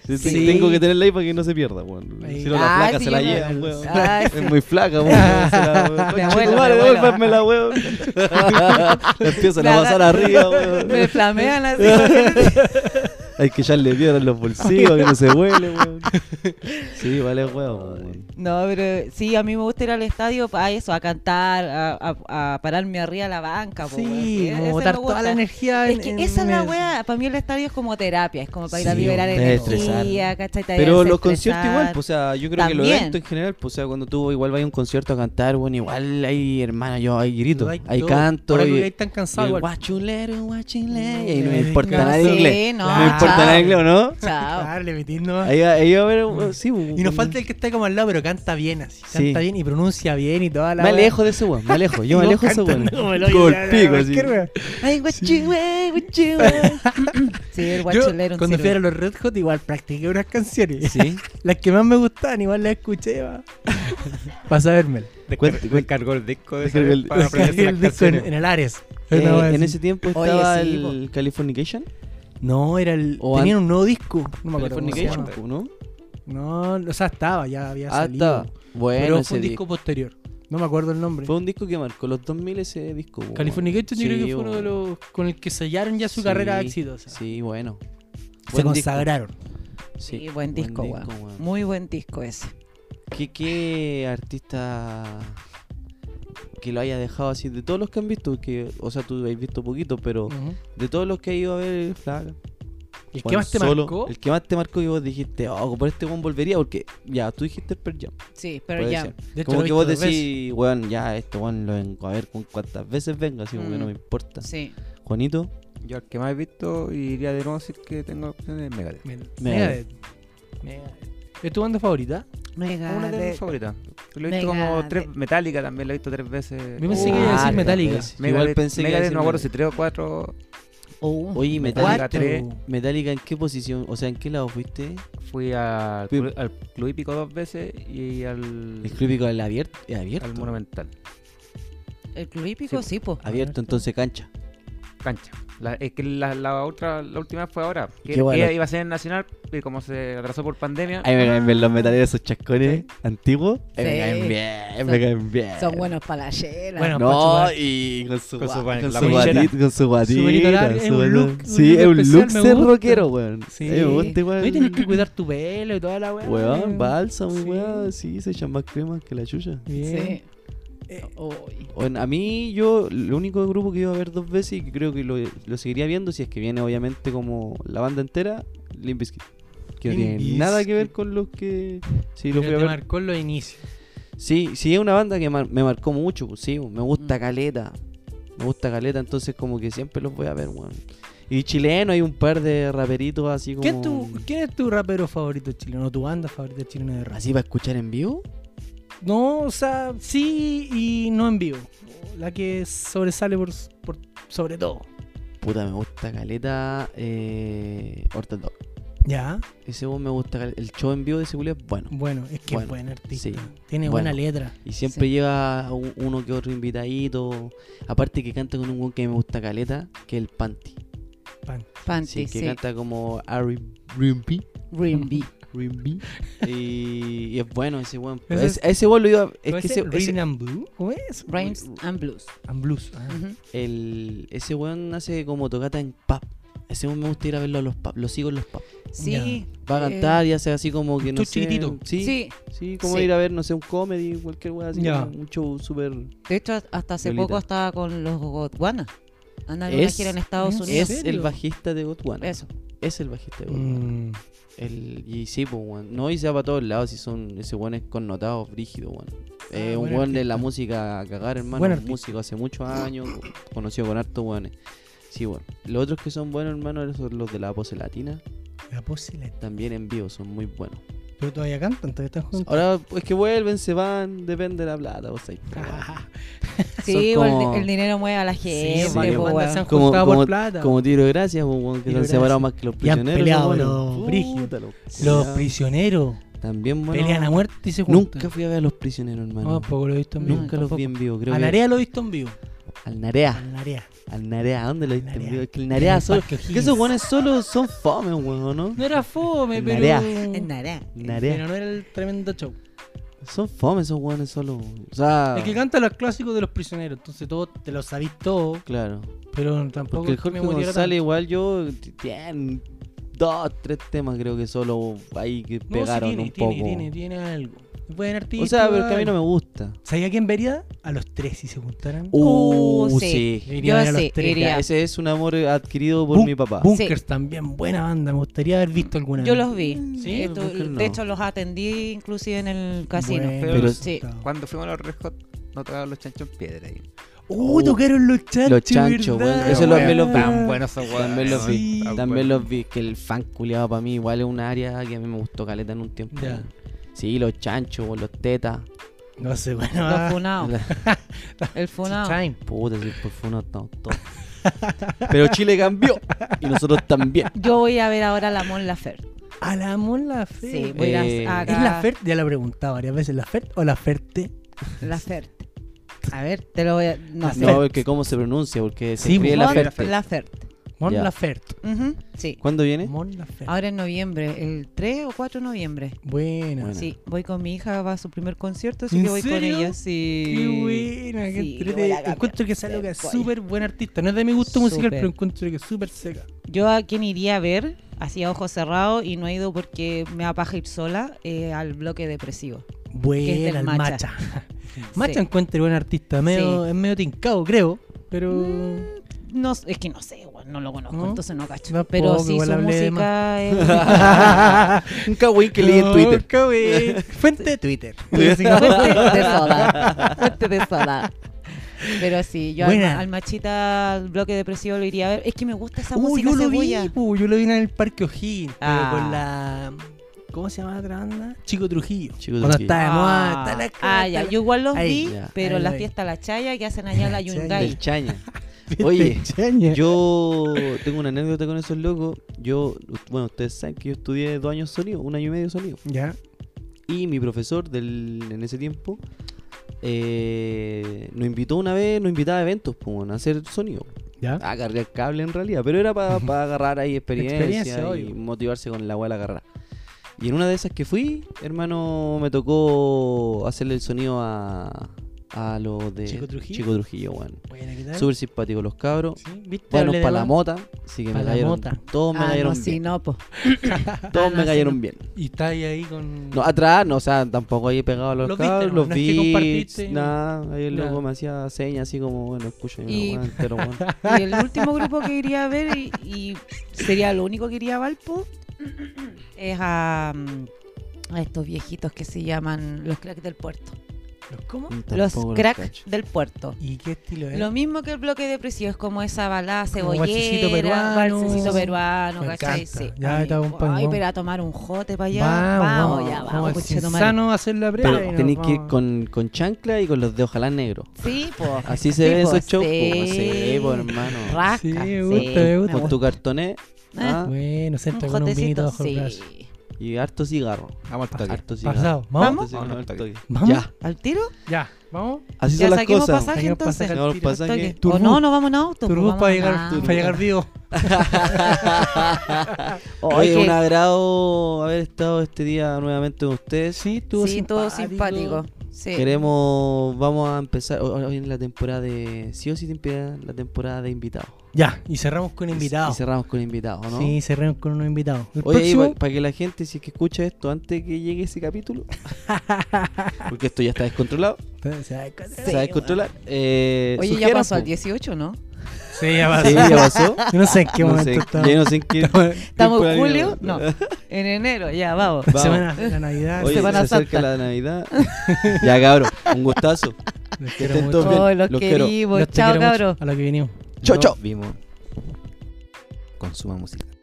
[SPEAKER 3] Sí, te-
[SPEAKER 1] Sí.
[SPEAKER 3] Tengo que tenerla ahí para que no se pierda, weón.
[SPEAKER 1] Ahí.
[SPEAKER 3] Si no, la
[SPEAKER 2] Ah,
[SPEAKER 3] flaca
[SPEAKER 2] sí,
[SPEAKER 3] se la
[SPEAKER 2] yo
[SPEAKER 3] lleva,
[SPEAKER 1] me-
[SPEAKER 3] weón.
[SPEAKER 2] Ah, sí.
[SPEAKER 3] Es muy flaca, weón. Se la-
[SPEAKER 2] Mi
[SPEAKER 3] Concha tu
[SPEAKER 2] abuela,
[SPEAKER 3] madre,
[SPEAKER 2] mi abuela.
[SPEAKER 3] devuélvamela, weón. La empiezan a
[SPEAKER 2] Me
[SPEAKER 3] pasar
[SPEAKER 2] aga-
[SPEAKER 3] arriba, weón.
[SPEAKER 2] Me flamean así.
[SPEAKER 3] Hay que echarle piedra en los bolsillos, que no se huele, weón. Sí, vale, weón. weón.
[SPEAKER 2] No, pero sí, a mí me gusta ir al estadio para eso, a cantar, a, a- a pararme arriba a la banca. po, weón.
[SPEAKER 1] Sí,
[SPEAKER 2] E-
[SPEAKER 1] como
[SPEAKER 2] ese
[SPEAKER 1] botar
[SPEAKER 2] me
[SPEAKER 1] toda la
[SPEAKER 2] gusta.
[SPEAKER 1] energía
[SPEAKER 2] Es
[SPEAKER 1] en-
[SPEAKER 2] que
[SPEAKER 1] en-
[SPEAKER 2] esa es la
[SPEAKER 1] en-
[SPEAKER 2] weá, para mí el estadio es como terapia, es como para ir a
[SPEAKER 3] Sí,
[SPEAKER 2] liberar
[SPEAKER 3] te
[SPEAKER 2] energía,
[SPEAKER 3] desestresar.
[SPEAKER 2] ¿cachai? Te
[SPEAKER 3] Pero los
[SPEAKER 2] desestresar.
[SPEAKER 3] conciertos igual, pues, o sea, yo creo que los
[SPEAKER 2] También.
[SPEAKER 3] eventos en general, pues, o sea, cuando tú igual vas a un concierto a cantar, bueno, igual hay hermana, yo hay grito, hay,
[SPEAKER 1] todo.
[SPEAKER 3] canto,
[SPEAKER 1] Ahora que
[SPEAKER 3] y,
[SPEAKER 1] ahí están cansados
[SPEAKER 3] y el
[SPEAKER 1] igual.
[SPEAKER 3] guachulero, guachile,
[SPEAKER 1] Mm,
[SPEAKER 3] y ahí no me
[SPEAKER 1] sí,
[SPEAKER 3] importa
[SPEAKER 1] claro.
[SPEAKER 3] nada en
[SPEAKER 1] Sí,
[SPEAKER 3] inglés.
[SPEAKER 2] no,
[SPEAKER 3] No, me importa nada en
[SPEAKER 2] chao.
[SPEAKER 3] inglés, ¿no?
[SPEAKER 2] Chao.
[SPEAKER 1] Dale, metirnos.
[SPEAKER 3] Ahí va, ahí va a haber, uh, sí, un-
[SPEAKER 1] Y nos falta el que está como al lado, pero canta bien así. Canta
[SPEAKER 3] Sí.
[SPEAKER 1] bien y pronuncia bien y toda la.
[SPEAKER 3] Me
[SPEAKER 1] weá.
[SPEAKER 3] alejo de ese weón, me alejo, yo me
[SPEAKER 1] Y vos
[SPEAKER 3] alejo de ese weón.
[SPEAKER 1] cantando como el hoyo,
[SPEAKER 3] Como el
[SPEAKER 1] la- la-
[SPEAKER 3] pico,
[SPEAKER 1] la-
[SPEAKER 3] así.
[SPEAKER 1] cualquier weá.
[SPEAKER 2] Ay, guachule, guachule. Sí, el
[SPEAKER 1] Yo,
[SPEAKER 2] guachulero. un
[SPEAKER 1] cuando fui a
[SPEAKER 2] cirujano.
[SPEAKER 1] los Red Hot, igual practiqué unas canciones.
[SPEAKER 3] Sí.
[SPEAKER 1] Las que más me gustaban, igual las escuché. Va. Para saberme.
[SPEAKER 4] Descar-
[SPEAKER 3] Cuenta- cuenta.
[SPEAKER 4] Descargó el disco de
[SPEAKER 3] Descargó el-
[SPEAKER 4] esa- para aprenderse
[SPEAKER 1] El
[SPEAKER 4] las
[SPEAKER 1] disco en, en
[SPEAKER 4] canciones.
[SPEAKER 1] el Ares.
[SPEAKER 3] Eh,
[SPEAKER 1] Una weá
[SPEAKER 3] en
[SPEAKER 1] así.
[SPEAKER 3] ese tiempo
[SPEAKER 2] Oye,
[SPEAKER 3] estaba
[SPEAKER 2] sí,
[SPEAKER 3] el Californication.
[SPEAKER 1] No, era el.
[SPEAKER 3] O
[SPEAKER 1] tenían un nuevo disco. No me acuerdo. cómo se
[SPEAKER 3] Californication,
[SPEAKER 1] llama.
[SPEAKER 3] po, ¿no?
[SPEAKER 1] No, o sea, estaba, ya había
[SPEAKER 3] Ah,
[SPEAKER 1] salido.
[SPEAKER 3] está. Bueno,
[SPEAKER 1] pero
[SPEAKER 3] ese
[SPEAKER 1] fue un disco posterior. No me acuerdo el nombre.
[SPEAKER 3] Fue un disco que marcó los 2000 ese disco. po,
[SPEAKER 1] Californication yo
[SPEAKER 3] Sí,
[SPEAKER 1] creo que fue uno de
[SPEAKER 3] bueno.
[SPEAKER 1] los con el que sellaron ya su
[SPEAKER 3] Sí,
[SPEAKER 1] carrera exitosa.
[SPEAKER 3] Sí, bueno.
[SPEAKER 1] Se
[SPEAKER 3] Buen
[SPEAKER 1] consagraron.
[SPEAKER 3] disco.
[SPEAKER 2] Sí, buen disco, weón.
[SPEAKER 3] weón.
[SPEAKER 2] Muy buen disco ese.
[SPEAKER 3] ¿Qué, qué artista que lo haya dejado así? De todos los que han visto, que, o sea, tú habéis visto poquito, pero
[SPEAKER 1] Ujú.
[SPEAKER 3] de todos los que he ido a ver, Flaca.
[SPEAKER 1] Mm. El que
[SPEAKER 3] Juan
[SPEAKER 1] más te
[SPEAKER 3] Solo,
[SPEAKER 1] marcó.
[SPEAKER 3] El que más te marcó y vos dijiste, oh, por este weón volvería, porque ya, tú dijiste Pearl Jam.
[SPEAKER 2] Sí, pero
[SPEAKER 3] puede
[SPEAKER 2] ya.
[SPEAKER 3] ser.
[SPEAKER 1] De hecho, lo
[SPEAKER 3] como
[SPEAKER 1] he
[SPEAKER 3] que
[SPEAKER 1] visto
[SPEAKER 3] vos
[SPEAKER 1] dos
[SPEAKER 3] decís, weón, ya, este weón lo vengo a ver con cuantas veces venga, así como que
[SPEAKER 2] Mm.
[SPEAKER 3] no me importa.
[SPEAKER 2] Sí.
[SPEAKER 3] Juanito,
[SPEAKER 4] Yo al que más he visto iría de nuevo si es que tengo opciones es Megadeth.
[SPEAKER 1] Mira,
[SPEAKER 3] Megadeth.
[SPEAKER 1] Megadeth. Megadeth. ¿Es tu banda favorita?
[SPEAKER 2] Eh,
[SPEAKER 4] Es una de mis
[SPEAKER 2] Megadeth.
[SPEAKER 4] favoritas. Lo he visto como
[SPEAKER 2] Megadeth.
[SPEAKER 4] tres. Metallica también lo he visto tres veces. Oh.
[SPEAKER 1] Yo pensé que iba a
[SPEAKER 3] Ah,
[SPEAKER 1] decir
[SPEAKER 3] tres
[SPEAKER 1] Metallica.
[SPEAKER 3] veces.
[SPEAKER 4] Megadeth-
[SPEAKER 3] Igual pensé que iba a
[SPEAKER 4] Megadeth,
[SPEAKER 3] decir
[SPEAKER 4] no me acuerdo si
[SPEAKER 3] Megadeth.
[SPEAKER 4] tres o cuatro.
[SPEAKER 1] Oh,
[SPEAKER 3] Oye,
[SPEAKER 4] Metallica
[SPEAKER 3] Metallica,
[SPEAKER 1] cuatro.
[SPEAKER 4] tres.
[SPEAKER 3] Metallica, ¿en qué posición? O sea, ¿en qué lado fuiste?
[SPEAKER 4] Fui al,
[SPEAKER 3] Fui-
[SPEAKER 4] clu- al Club Hípico dos veces y al,
[SPEAKER 1] Mm.
[SPEAKER 3] El crítico del abierto. eh, abierto.
[SPEAKER 4] al Monumental.
[SPEAKER 2] El club hípico, sí, po.
[SPEAKER 3] Abierto, entonces cancha.
[SPEAKER 4] Cancha. La, es que la, la otra, la última fue ahora. Que
[SPEAKER 3] Qué bueno.
[SPEAKER 4] que iba a ser en Nacional y como se atrasó por pandemia.
[SPEAKER 3] Ahí me caen bien los metaleros, esos chascones antiguos. Ahí
[SPEAKER 2] Sí.
[SPEAKER 3] me caen bien, me
[SPEAKER 2] Son-
[SPEAKER 3] caen bien.
[SPEAKER 2] Son buenos para la llena.
[SPEAKER 1] Bueno,
[SPEAKER 3] No,
[SPEAKER 1] Pacho,
[SPEAKER 3] y con su,
[SPEAKER 4] Con su
[SPEAKER 3] gua-
[SPEAKER 4] pan-
[SPEAKER 3] con
[SPEAKER 4] la
[SPEAKER 3] su
[SPEAKER 4] pulsera.
[SPEAKER 3] guatita, con su
[SPEAKER 1] Su bonito
[SPEAKER 3] guatita.
[SPEAKER 1] largo, es
[SPEAKER 3] su
[SPEAKER 1] un
[SPEAKER 3] guatita.
[SPEAKER 1] look- un
[SPEAKER 3] Sí,
[SPEAKER 1] look
[SPEAKER 3] es un
[SPEAKER 1] especial,
[SPEAKER 3] look
[SPEAKER 1] me
[SPEAKER 3] ser
[SPEAKER 1] gusta.
[SPEAKER 3] rockero, weón.
[SPEAKER 1] Sí.
[SPEAKER 3] A mí Me gusta igual.
[SPEAKER 1] Ahí tenés que cuidar tu pelo y toda la weá.
[SPEAKER 3] Weón, bálsamo,
[SPEAKER 1] Sí.
[SPEAKER 3] weón. Sí, se echan más crema que la chucha.
[SPEAKER 1] Bien.
[SPEAKER 2] Sí. oh,
[SPEAKER 1] Eh,
[SPEAKER 2] Uy.
[SPEAKER 3] Bueno, a mí, yo, el único grupo que iba a ver dos veces y que creo que lo, lo seguiría viendo, si es que viene obviamente como la banda entera, Limp Bizkit. Que no
[SPEAKER 1] Limp
[SPEAKER 3] tiene nada que ver
[SPEAKER 1] Bizkit.
[SPEAKER 3] con los que. Sí,
[SPEAKER 1] Pero
[SPEAKER 3] lo fui a
[SPEAKER 1] te
[SPEAKER 3] ver.
[SPEAKER 1] marcó en los inicios.
[SPEAKER 3] Sí, sí, es una banda que mar- me marcó mucho, pues, sí, me
[SPEAKER 1] Mm.
[SPEAKER 3] gusta Caleta. Me gusta Caleta, entonces como que siempre los voy a ver, weón. Y chileno, hay un par de raperitos así como.
[SPEAKER 1] ¿Quién, es tu, ¿Quién es tu rapero favorito chileno? ¿Tu banda favorita chilena de rap?
[SPEAKER 3] ¿Así para escuchar en vivo?
[SPEAKER 1] No, o sea, sí y no en vivo. La que sobresale por, por sobre todo.
[SPEAKER 3] Puta, me gusta Caleta. Eh, Hortel Dog.
[SPEAKER 1] Ya,
[SPEAKER 3] Ese weón me gusta. Caleta. El show en vivo de Seguridad es bueno.
[SPEAKER 1] bueno, es que
[SPEAKER 3] Bueno,
[SPEAKER 1] es buen artista.
[SPEAKER 3] sí.
[SPEAKER 1] Tiene
[SPEAKER 3] Bueno.
[SPEAKER 1] buena letra.
[SPEAKER 3] Y siempre
[SPEAKER 2] Sí.
[SPEAKER 3] lleva a un- uno que otro invitadito. Aparte que canta con un weón que me gusta caleta, que es el Panty.
[SPEAKER 1] Pan.
[SPEAKER 2] Panty,
[SPEAKER 3] Sí, que
[SPEAKER 2] sí.
[SPEAKER 3] canta como Ari Rimby.
[SPEAKER 2] Rimby.
[SPEAKER 3] Rimby. y, y es bueno ese weón. po.
[SPEAKER 1] Ese
[SPEAKER 3] Es- a ese weón lo iba. Es
[SPEAKER 1] ¿No
[SPEAKER 3] que
[SPEAKER 1] es
[SPEAKER 3] ese,
[SPEAKER 1] el
[SPEAKER 3] ese-
[SPEAKER 1] Rhythm and Blue? ¿Cómo es?
[SPEAKER 2] Rhymes and Blues.
[SPEAKER 1] And Blues. ah.
[SPEAKER 2] Ujú.
[SPEAKER 3] el- ese weón hace como tocata en pub. Ese weón me gusta ir a verlo a los pub. Lo sigo en los pub.
[SPEAKER 2] Sí.
[SPEAKER 3] Va a
[SPEAKER 2] eh,
[SPEAKER 3] cantar y hace así como que no
[SPEAKER 1] Tú
[SPEAKER 3] sé.
[SPEAKER 1] chiquitito.
[SPEAKER 3] Sí. Sí.
[SPEAKER 2] Sí,
[SPEAKER 3] como
[SPEAKER 2] Sí.
[SPEAKER 3] ir a ver, no sé, un comedy, cualquier weón así.
[SPEAKER 1] Ya.
[SPEAKER 3] como Un show súper.
[SPEAKER 2] de hecho hasta hace
[SPEAKER 3] Violita.
[SPEAKER 2] poco estaba con los Godwana. Andan en una
[SPEAKER 3] Es-
[SPEAKER 2] gira en Estados
[SPEAKER 1] es-
[SPEAKER 2] Unidos.
[SPEAKER 3] Es el
[SPEAKER 1] serio?
[SPEAKER 3] bajista de Godwana.
[SPEAKER 2] Eso.
[SPEAKER 3] Es el bajista de Godwana.
[SPEAKER 1] Mm,
[SPEAKER 3] El, y sí, pues, weón. No, y se va para todos lados. Si son, ese weón es connotado, brígido, weón. Eh,
[SPEAKER 1] Ah,
[SPEAKER 3] un
[SPEAKER 1] buen
[SPEAKER 3] weón de la
[SPEAKER 1] artista.
[SPEAKER 3] música a cagar, hermano.
[SPEAKER 1] Buen
[SPEAKER 3] un
[SPEAKER 1] artista.
[SPEAKER 3] músico hace muchos años, conocido con hartos weones. Sí, bueno. Los otros que son buenos, hermano, son los de la pose latina.
[SPEAKER 1] La Poselette.
[SPEAKER 3] También en vivo, son muy buenos.
[SPEAKER 1] Pero todavía cantan, todavía están juntos.
[SPEAKER 3] Ahora, pues que vuelven, se van, depende de la plata, vos sabés.
[SPEAKER 1] Ah,
[SPEAKER 2] Sí,
[SPEAKER 3] Son
[SPEAKER 2] igual
[SPEAKER 3] como-
[SPEAKER 2] el, dinero mueve a la gente,
[SPEAKER 1] sí,
[SPEAKER 2] po,
[SPEAKER 3] varias
[SPEAKER 2] weón.
[SPEAKER 1] bandas se han-
[SPEAKER 3] Como,
[SPEAKER 1] Juntado por
[SPEAKER 3] como,
[SPEAKER 1] plata.
[SPEAKER 3] como tiro de gracias, po, weón, que
[SPEAKER 1] Tiro
[SPEAKER 3] se han
[SPEAKER 1] de
[SPEAKER 3] separado
[SPEAKER 1] gracias.
[SPEAKER 3] más que los
[SPEAKER 1] Y han
[SPEAKER 3] prisioneros.
[SPEAKER 1] peleado,
[SPEAKER 3] weón.
[SPEAKER 1] pero
[SPEAKER 3] Puta,
[SPEAKER 1] brígido.
[SPEAKER 3] los
[SPEAKER 1] Los
[SPEAKER 3] culiados.
[SPEAKER 1] prisioneros
[SPEAKER 3] También, Oh, bueno,
[SPEAKER 1] pelean a muerte y se juntan.
[SPEAKER 3] Nunca fui a ver a los prisioneros, hermano.
[SPEAKER 1] No, tampoco lo he visto en vivo.
[SPEAKER 3] Nunca los vi en vivo, creo.
[SPEAKER 1] A
[SPEAKER 3] que-
[SPEAKER 1] Narea lo he visto en vivo.
[SPEAKER 3] Al
[SPEAKER 1] A
[SPEAKER 3] Narea.
[SPEAKER 1] Narea.
[SPEAKER 3] Al Narea, ¿a ¿dónde lo viste en
[SPEAKER 1] Narea.
[SPEAKER 3] vivo? Es que el
[SPEAKER 1] En
[SPEAKER 3] Ah. Narea
[SPEAKER 1] el
[SPEAKER 3] solo.
[SPEAKER 1] Parque
[SPEAKER 3] Que esos
[SPEAKER 1] O'Higgins.
[SPEAKER 3] weones solo son fome, weón, ¿no?
[SPEAKER 1] No era fome,
[SPEAKER 3] En
[SPEAKER 1] pero.
[SPEAKER 3] Narea.
[SPEAKER 2] Es nada.
[SPEAKER 1] Pero
[SPEAKER 3] Narea.
[SPEAKER 1] no era el tremendo show.
[SPEAKER 3] Son fome esos weones solo. O sea.
[SPEAKER 1] Es que canta los clásicos de los prisioneros, entonces todo te lo sabís todo,
[SPEAKER 3] Claro.
[SPEAKER 1] pero tampoco
[SPEAKER 3] Porque el
[SPEAKER 1] es que
[SPEAKER 3] Jorge
[SPEAKER 1] me motivara
[SPEAKER 3] González, igual yo. t- Tienen dos, tres temas, creo que solo ahí que
[SPEAKER 1] tanto. No, sí
[SPEAKER 3] pegaron
[SPEAKER 1] tiene,
[SPEAKER 3] un
[SPEAKER 1] tiene,
[SPEAKER 3] poco.
[SPEAKER 1] tiene, tiene algo. Es Buen artista.
[SPEAKER 3] O sea, pero que a mí
[SPEAKER 1] igual.
[SPEAKER 3] no me gusta.
[SPEAKER 1] ¿Sabía quién vería? A los tres si se juntaran.
[SPEAKER 2] Uh,
[SPEAKER 3] Uh,
[SPEAKER 2] sí.
[SPEAKER 3] sí.
[SPEAKER 1] Yo iría
[SPEAKER 2] Yo
[SPEAKER 1] a ver a los
[SPEAKER 2] sí,
[SPEAKER 1] tres.
[SPEAKER 2] iría.
[SPEAKER 3] Ya, ese es un amor adquirido por
[SPEAKER 1] Bun-
[SPEAKER 3] mi papá.
[SPEAKER 1] Bunkers también, buena banda, me gustaría haber visto alguna.
[SPEAKER 2] Yo
[SPEAKER 1] vez.
[SPEAKER 2] los vi.
[SPEAKER 1] Sí,
[SPEAKER 2] Eh, tu-
[SPEAKER 3] Mm, ¿por qué no?
[SPEAKER 2] De hecho, los atendí inclusive en el casino.
[SPEAKER 1] Bueno,
[SPEAKER 4] Pero-
[SPEAKER 2] sí.
[SPEAKER 1] resultado.
[SPEAKER 4] Cuando fuimos a los Red Hot, no tocaban los chanchos en piedra ahí.
[SPEAKER 1] Uh, tocaron los chanchos.
[SPEAKER 3] Oh, Los chanchos,
[SPEAKER 1] ¿verdad?
[SPEAKER 3] weón. Eso lo- me lo-
[SPEAKER 4] Tan buenos esos weones,
[SPEAKER 3] También los
[SPEAKER 1] vi,
[SPEAKER 4] tan
[SPEAKER 3] También
[SPEAKER 4] buenos.
[SPEAKER 3] los vi, que el fan culiado para mí igual es un área que a mí me gustó caleta en un tiempo.
[SPEAKER 1] Ya.
[SPEAKER 3] weón. Sí, los chanchos, weón, los tetas.
[SPEAKER 1] No sé, bueno. ah,
[SPEAKER 2] Los funados. El funado.
[SPEAKER 1] time.
[SPEAKER 3] Puta, si por fue no estamos todos. Pero Chile cambió y nosotros también.
[SPEAKER 2] Yo voy a ver ahora a la Mon Lafer.
[SPEAKER 1] A la mon la Fer.
[SPEAKER 2] Sí, voy a
[SPEAKER 3] Eh,
[SPEAKER 2] ir a- a
[SPEAKER 1] ¿Es
[SPEAKER 2] acá.
[SPEAKER 1] la Fer? Ya la he preguntado varias veces. ¿La Fer o la Ferte?
[SPEAKER 2] La Fer. A ver, te lo voy a. No, sé.
[SPEAKER 3] Ah, No, que cómo se pronuncia, porque se
[SPEAKER 1] Ah, Sí, pues,
[SPEAKER 3] escribe la
[SPEAKER 2] Mon
[SPEAKER 3] Ferte.
[SPEAKER 2] Laferte.
[SPEAKER 1] Mon
[SPEAKER 3] Ya. ¿Eh?
[SPEAKER 1] la Fert.
[SPEAKER 2] Ujú, Sí.
[SPEAKER 3] ¿Cuándo viene?
[SPEAKER 1] Mon la Fer.
[SPEAKER 2] Ahora en noviembre, el 3 o 4 de noviembre.
[SPEAKER 1] Buena.
[SPEAKER 3] Buena.
[SPEAKER 2] Sí, voy con mi hija, va a su primer concierto, así
[SPEAKER 1] ¿En
[SPEAKER 2] que voy con
[SPEAKER 1] serio?
[SPEAKER 2] ella. Sí.
[SPEAKER 1] Qué buena, qué
[SPEAKER 2] Sí,
[SPEAKER 1] entrete.
[SPEAKER 2] voy a cambiar
[SPEAKER 1] Encuentro que es algo
[SPEAKER 2] de
[SPEAKER 1] que es
[SPEAKER 2] cual.
[SPEAKER 1] súper buen artista. No es de mi gusto musical,
[SPEAKER 2] Súper.
[SPEAKER 1] pero encuentro que es súper seca.
[SPEAKER 2] Yo a quien iría a ver, así a ojos cerrados, y no he ido porque me da paja ir sola, eh, al bloque depresivo. Que es
[SPEAKER 1] Buena,
[SPEAKER 2] del
[SPEAKER 1] el
[SPEAKER 2] Macha.
[SPEAKER 1] Macha. Macha encuentro buen artista. Medio,
[SPEAKER 2] Sí.
[SPEAKER 1] Es medio tincado, creo. Pero.
[SPEAKER 2] No, es que no sé, weón, no lo conozco,
[SPEAKER 1] ¿No?
[SPEAKER 2] entonces no cacho.
[SPEAKER 1] Tampoco,
[SPEAKER 2] Pero sí,
[SPEAKER 1] igual
[SPEAKER 2] su
[SPEAKER 1] hablé de
[SPEAKER 2] música es...
[SPEAKER 3] Un cagüín que leí en
[SPEAKER 1] No,
[SPEAKER 3] Twitter.
[SPEAKER 1] cabrón. Fuente de Twitter.
[SPEAKER 2] fuente de soda. Fuente de soda. Pero sí, yo al,
[SPEAKER 1] Buena.
[SPEAKER 2] al machita, al bloque depresivo lo iría a ver. Es que me gusta esa
[SPEAKER 1] Uh,
[SPEAKER 2] música
[SPEAKER 1] yo lo vi,
[SPEAKER 2] cebolla.
[SPEAKER 1] po, yo lo vi en el Parque O'Higgins, pero
[SPEAKER 2] Ah.
[SPEAKER 1] con la... ¿Cómo se llama la otra banda? Chico Trujillo.
[SPEAKER 3] Chico
[SPEAKER 1] Cuando
[SPEAKER 3] Trujillo.
[SPEAKER 1] está de moda,
[SPEAKER 2] Ah,
[SPEAKER 1] está la
[SPEAKER 2] ah,
[SPEAKER 1] está
[SPEAKER 2] ya,
[SPEAKER 1] la-
[SPEAKER 2] yo igual los
[SPEAKER 1] Ahí,
[SPEAKER 2] vi,
[SPEAKER 3] ya.
[SPEAKER 2] pero
[SPEAKER 1] Ahí
[SPEAKER 2] la
[SPEAKER 1] voy.
[SPEAKER 2] fiesta La Chaya que hacen allá en la
[SPEAKER 1] La Chaya.
[SPEAKER 2] Hyundai.
[SPEAKER 3] Del Chaña.
[SPEAKER 1] Viste,
[SPEAKER 3] Oye,
[SPEAKER 1] Chaña.
[SPEAKER 3] Yo tengo una anécdota con esos locos. Yo, bueno, ustedes saben que yo estudié dos años sonido, un año y medio sonido.
[SPEAKER 1] Ya.
[SPEAKER 3] Y mi profesor del, en ese tiempo eh, nos invitó una vez, nos invitaba a eventos, pues, bueno, a hacer sonido.
[SPEAKER 1] Ya.
[SPEAKER 3] A Ah, cargar cable en realidad, pero era para agarrar ahí experiencia,
[SPEAKER 1] Experiencia,
[SPEAKER 3] y
[SPEAKER 1] obvio.
[SPEAKER 3] motivarse con la abuela agarrar. Y en una de esas que fui, hermano, me tocó hacerle el sonido a, a los de
[SPEAKER 1] ¿Chico Trujillo?
[SPEAKER 3] Chico Trujillo, weón.
[SPEAKER 1] Buena, ¿qué tal?
[SPEAKER 3] Súper simpáticos los cabros.
[SPEAKER 1] Sí, ¿Viste?
[SPEAKER 3] Bueno,
[SPEAKER 1] Hablé de
[SPEAKER 3] para la
[SPEAKER 1] más.
[SPEAKER 3] mota, así que
[SPEAKER 1] Pa'
[SPEAKER 3] me
[SPEAKER 1] la
[SPEAKER 3] cayeron.
[SPEAKER 1] mota.
[SPEAKER 3] Todos me
[SPEAKER 2] Ah,
[SPEAKER 3] cayeron
[SPEAKER 2] no, sí,
[SPEAKER 3] bien.
[SPEAKER 2] no, po.
[SPEAKER 3] Todos
[SPEAKER 2] Ah, no,
[SPEAKER 3] me
[SPEAKER 2] sí,
[SPEAKER 3] cayeron
[SPEAKER 2] no.
[SPEAKER 3] bien.
[SPEAKER 1] Y está ahí, ahí con...
[SPEAKER 3] No, atrás, no, o sea, tampoco ahí pegado a los
[SPEAKER 1] Los viste
[SPEAKER 3] cabros,
[SPEAKER 1] nomás,
[SPEAKER 3] los
[SPEAKER 1] no es que
[SPEAKER 3] vi,
[SPEAKER 1] compartiste.
[SPEAKER 3] nada, ahí el
[SPEAKER 1] Nada.
[SPEAKER 3] loco me hacía señas así como, bueno, escucha,
[SPEAKER 2] Y-
[SPEAKER 3] y... pero bueno.
[SPEAKER 2] Y el último grupo que iría a ver y, y sería lo único que iría a Valpo es a, mm, a estos viejitos que se llaman los cracks del puerto.
[SPEAKER 1] ¿Los cómo?
[SPEAKER 3] Tampoco
[SPEAKER 2] los cracks
[SPEAKER 3] cacho.
[SPEAKER 2] del puerto.
[SPEAKER 1] ¿Y qué estilo es?
[SPEAKER 2] Lo mismo que el bloque depresivo, es como esa balada
[SPEAKER 1] ¿Eh? Como
[SPEAKER 2] cebollera,
[SPEAKER 1] valsecito peruano.
[SPEAKER 2] valsecito peruano,
[SPEAKER 1] Me
[SPEAKER 2] ¿cachai?
[SPEAKER 1] encanta.
[SPEAKER 2] Sí.
[SPEAKER 1] Ya,
[SPEAKER 2] Ay,
[SPEAKER 1] está, compadre,
[SPEAKER 2] Ay,
[SPEAKER 1] vamos.
[SPEAKER 2] pero a tomar un jote para allá.
[SPEAKER 1] Vamos,
[SPEAKER 2] Vamos, ya, vamos,
[SPEAKER 1] vamos.
[SPEAKER 2] conche
[SPEAKER 1] sin
[SPEAKER 2] tu madre.
[SPEAKER 1] sano a hacer la
[SPEAKER 3] Pero
[SPEAKER 1] prueba. y nos
[SPEAKER 3] tenéis que ir
[SPEAKER 1] vamos.
[SPEAKER 3] con, con chancla y con los de ojalá negro.
[SPEAKER 2] Sí, pues.
[SPEAKER 3] Así se ven esos shows, po, sí, po,
[SPEAKER 2] por
[SPEAKER 3] hermano.
[SPEAKER 2] Rasca.
[SPEAKER 1] Sí, me gusta, me gusta.
[SPEAKER 3] Con tu cartoné
[SPEAKER 2] Ah.
[SPEAKER 3] ah,
[SPEAKER 1] Bueno, se entra
[SPEAKER 2] Un
[SPEAKER 1] con un vinito
[SPEAKER 2] jotecito,
[SPEAKER 1] bajo el brazo.
[SPEAKER 2] sí.
[SPEAKER 3] y harto cigarro.
[SPEAKER 4] Vamos al toque.
[SPEAKER 3] Harto cigarro.
[SPEAKER 1] Pasado.
[SPEAKER 2] ¿Vamos?
[SPEAKER 1] ¿Vamos?
[SPEAKER 3] Harto cigarro,
[SPEAKER 4] Vamos.
[SPEAKER 3] harto cigarro.
[SPEAKER 1] ¿Vamos?
[SPEAKER 3] Ya,
[SPEAKER 2] ¿Al tiro?
[SPEAKER 1] Ya. ¿Vamos?
[SPEAKER 3] así
[SPEAKER 2] Ya
[SPEAKER 3] son las
[SPEAKER 2] saquemos
[SPEAKER 3] cosas.
[SPEAKER 2] pasaje
[SPEAKER 1] Saquemos
[SPEAKER 2] entonces.
[SPEAKER 1] pasaje.
[SPEAKER 3] Saquemos
[SPEAKER 1] Al tiro,
[SPEAKER 2] Al
[SPEAKER 3] pasaje.
[SPEAKER 2] toque.
[SPEAKER 1] Turbú.
[SPEAKER 2] O no, no vamos en auto. pues,
[SPEAKER 1] Turbos
[SPEAKER 2] vamos
[SPEAKER 1] para
[SPEAKER 2] en
[SPEAKER 1] llegar,
[SPEAKER 2] auto.
[SPEAKER 1] para llegar vivo.
[SPEAKER 3] Oye,
[SPEAKER 2] Oye.
[SPEAKER 3] un agrado haber estado este día nuevamente con ustedes.
[SPEAKER 1] Sí, estuvo
[SPEAKER 2] Sí, todo simpático. Sí.
[SPEAKER 3] Queremos, vamos a empezar ho- hoy en la temporada de, sí o sí temporada- la temporada de invitados.
[SPEAKER 1] Ya, y cerramos con
[SPEAKER 3] Y-
[SPEAKER 1] invitados.
[SPEAKER 3] Y cerramos con invitados, ¿no?
[SPEAKER 1] Sí, cerramos con unos invitados. El
[SPEAKER 3] Oye,
[SPEAKER 1] próximo,
[SPEAKER 3] para que la gente, si es que escucha esto antes que llegue ese capítulo, porque esto ya está descontrolado,
[SPEAKER 1] se va a encontrar.
[SPEAKER 3] se va a descontrolar. Eh,
[SPEAKER 2] Oye, ya
[SPEAKER 3] sugieran,
[SPEAKER 2] pasó al
[SPEAKER 3] po.
[SPEAKER 2] 18, ¿no?
[SPEAKER 1] Sí, ya va.
[SPEAKER 3] Sí, ya pasó.
[SPEAKER 1] Yo no sé en qué
[SPEAKER 3] No
[SPEAKER 1] momento
[SPEAKER 3] sé,
[SPEAKER 1] estamos.
[SPEAKER 3] ya no sé en qué.
[SPEAKER 2] Estamos en
[SPEAKER 3] temporada
[SPEAKER 2] julio.
[SPEAKER 3] ni
[SPEAKER 2] No.
[SPEAKER 3] nada.
[SPEAKER 2] En enero, ya, vamos.
[SPEAKER 3] Vamos.
[SPEAKER 1] Semana de la Navidad.
[SPEAKER 3] Oye,
[SPEAKER 2] Semana
[SPEAKER 3] se acerca
[SPEAKER 2] Santa.
[SPEAKER 3] la Navidad. ya, cabrón, un gustazo.
[SPEAKER 1] Los
[SPEAKER 3] que
[SPEAKER 1] quiero
[SPEAKER 3] estén
[SPEAKER 1] mucho.
[SPEAKER 3] todos bien.
[SPEAKER 2] Oh, los
[SPEAKER 3] los quiero.
[SPEAKER 2] querimos.
[SPEAKER 1] Los te
[SPEAKER 2] Chao,
[SPEAKER 1] quiero mucho.
[SPEAKER 2] cabros.
[SPEAKER 1] A lo que vinimos.
[SPEAKER 3] Chau,
[SPEAKER 4] Nos
[SPEAKER 3] chau.
[SPEAKER 4] Vimos. Consuma música.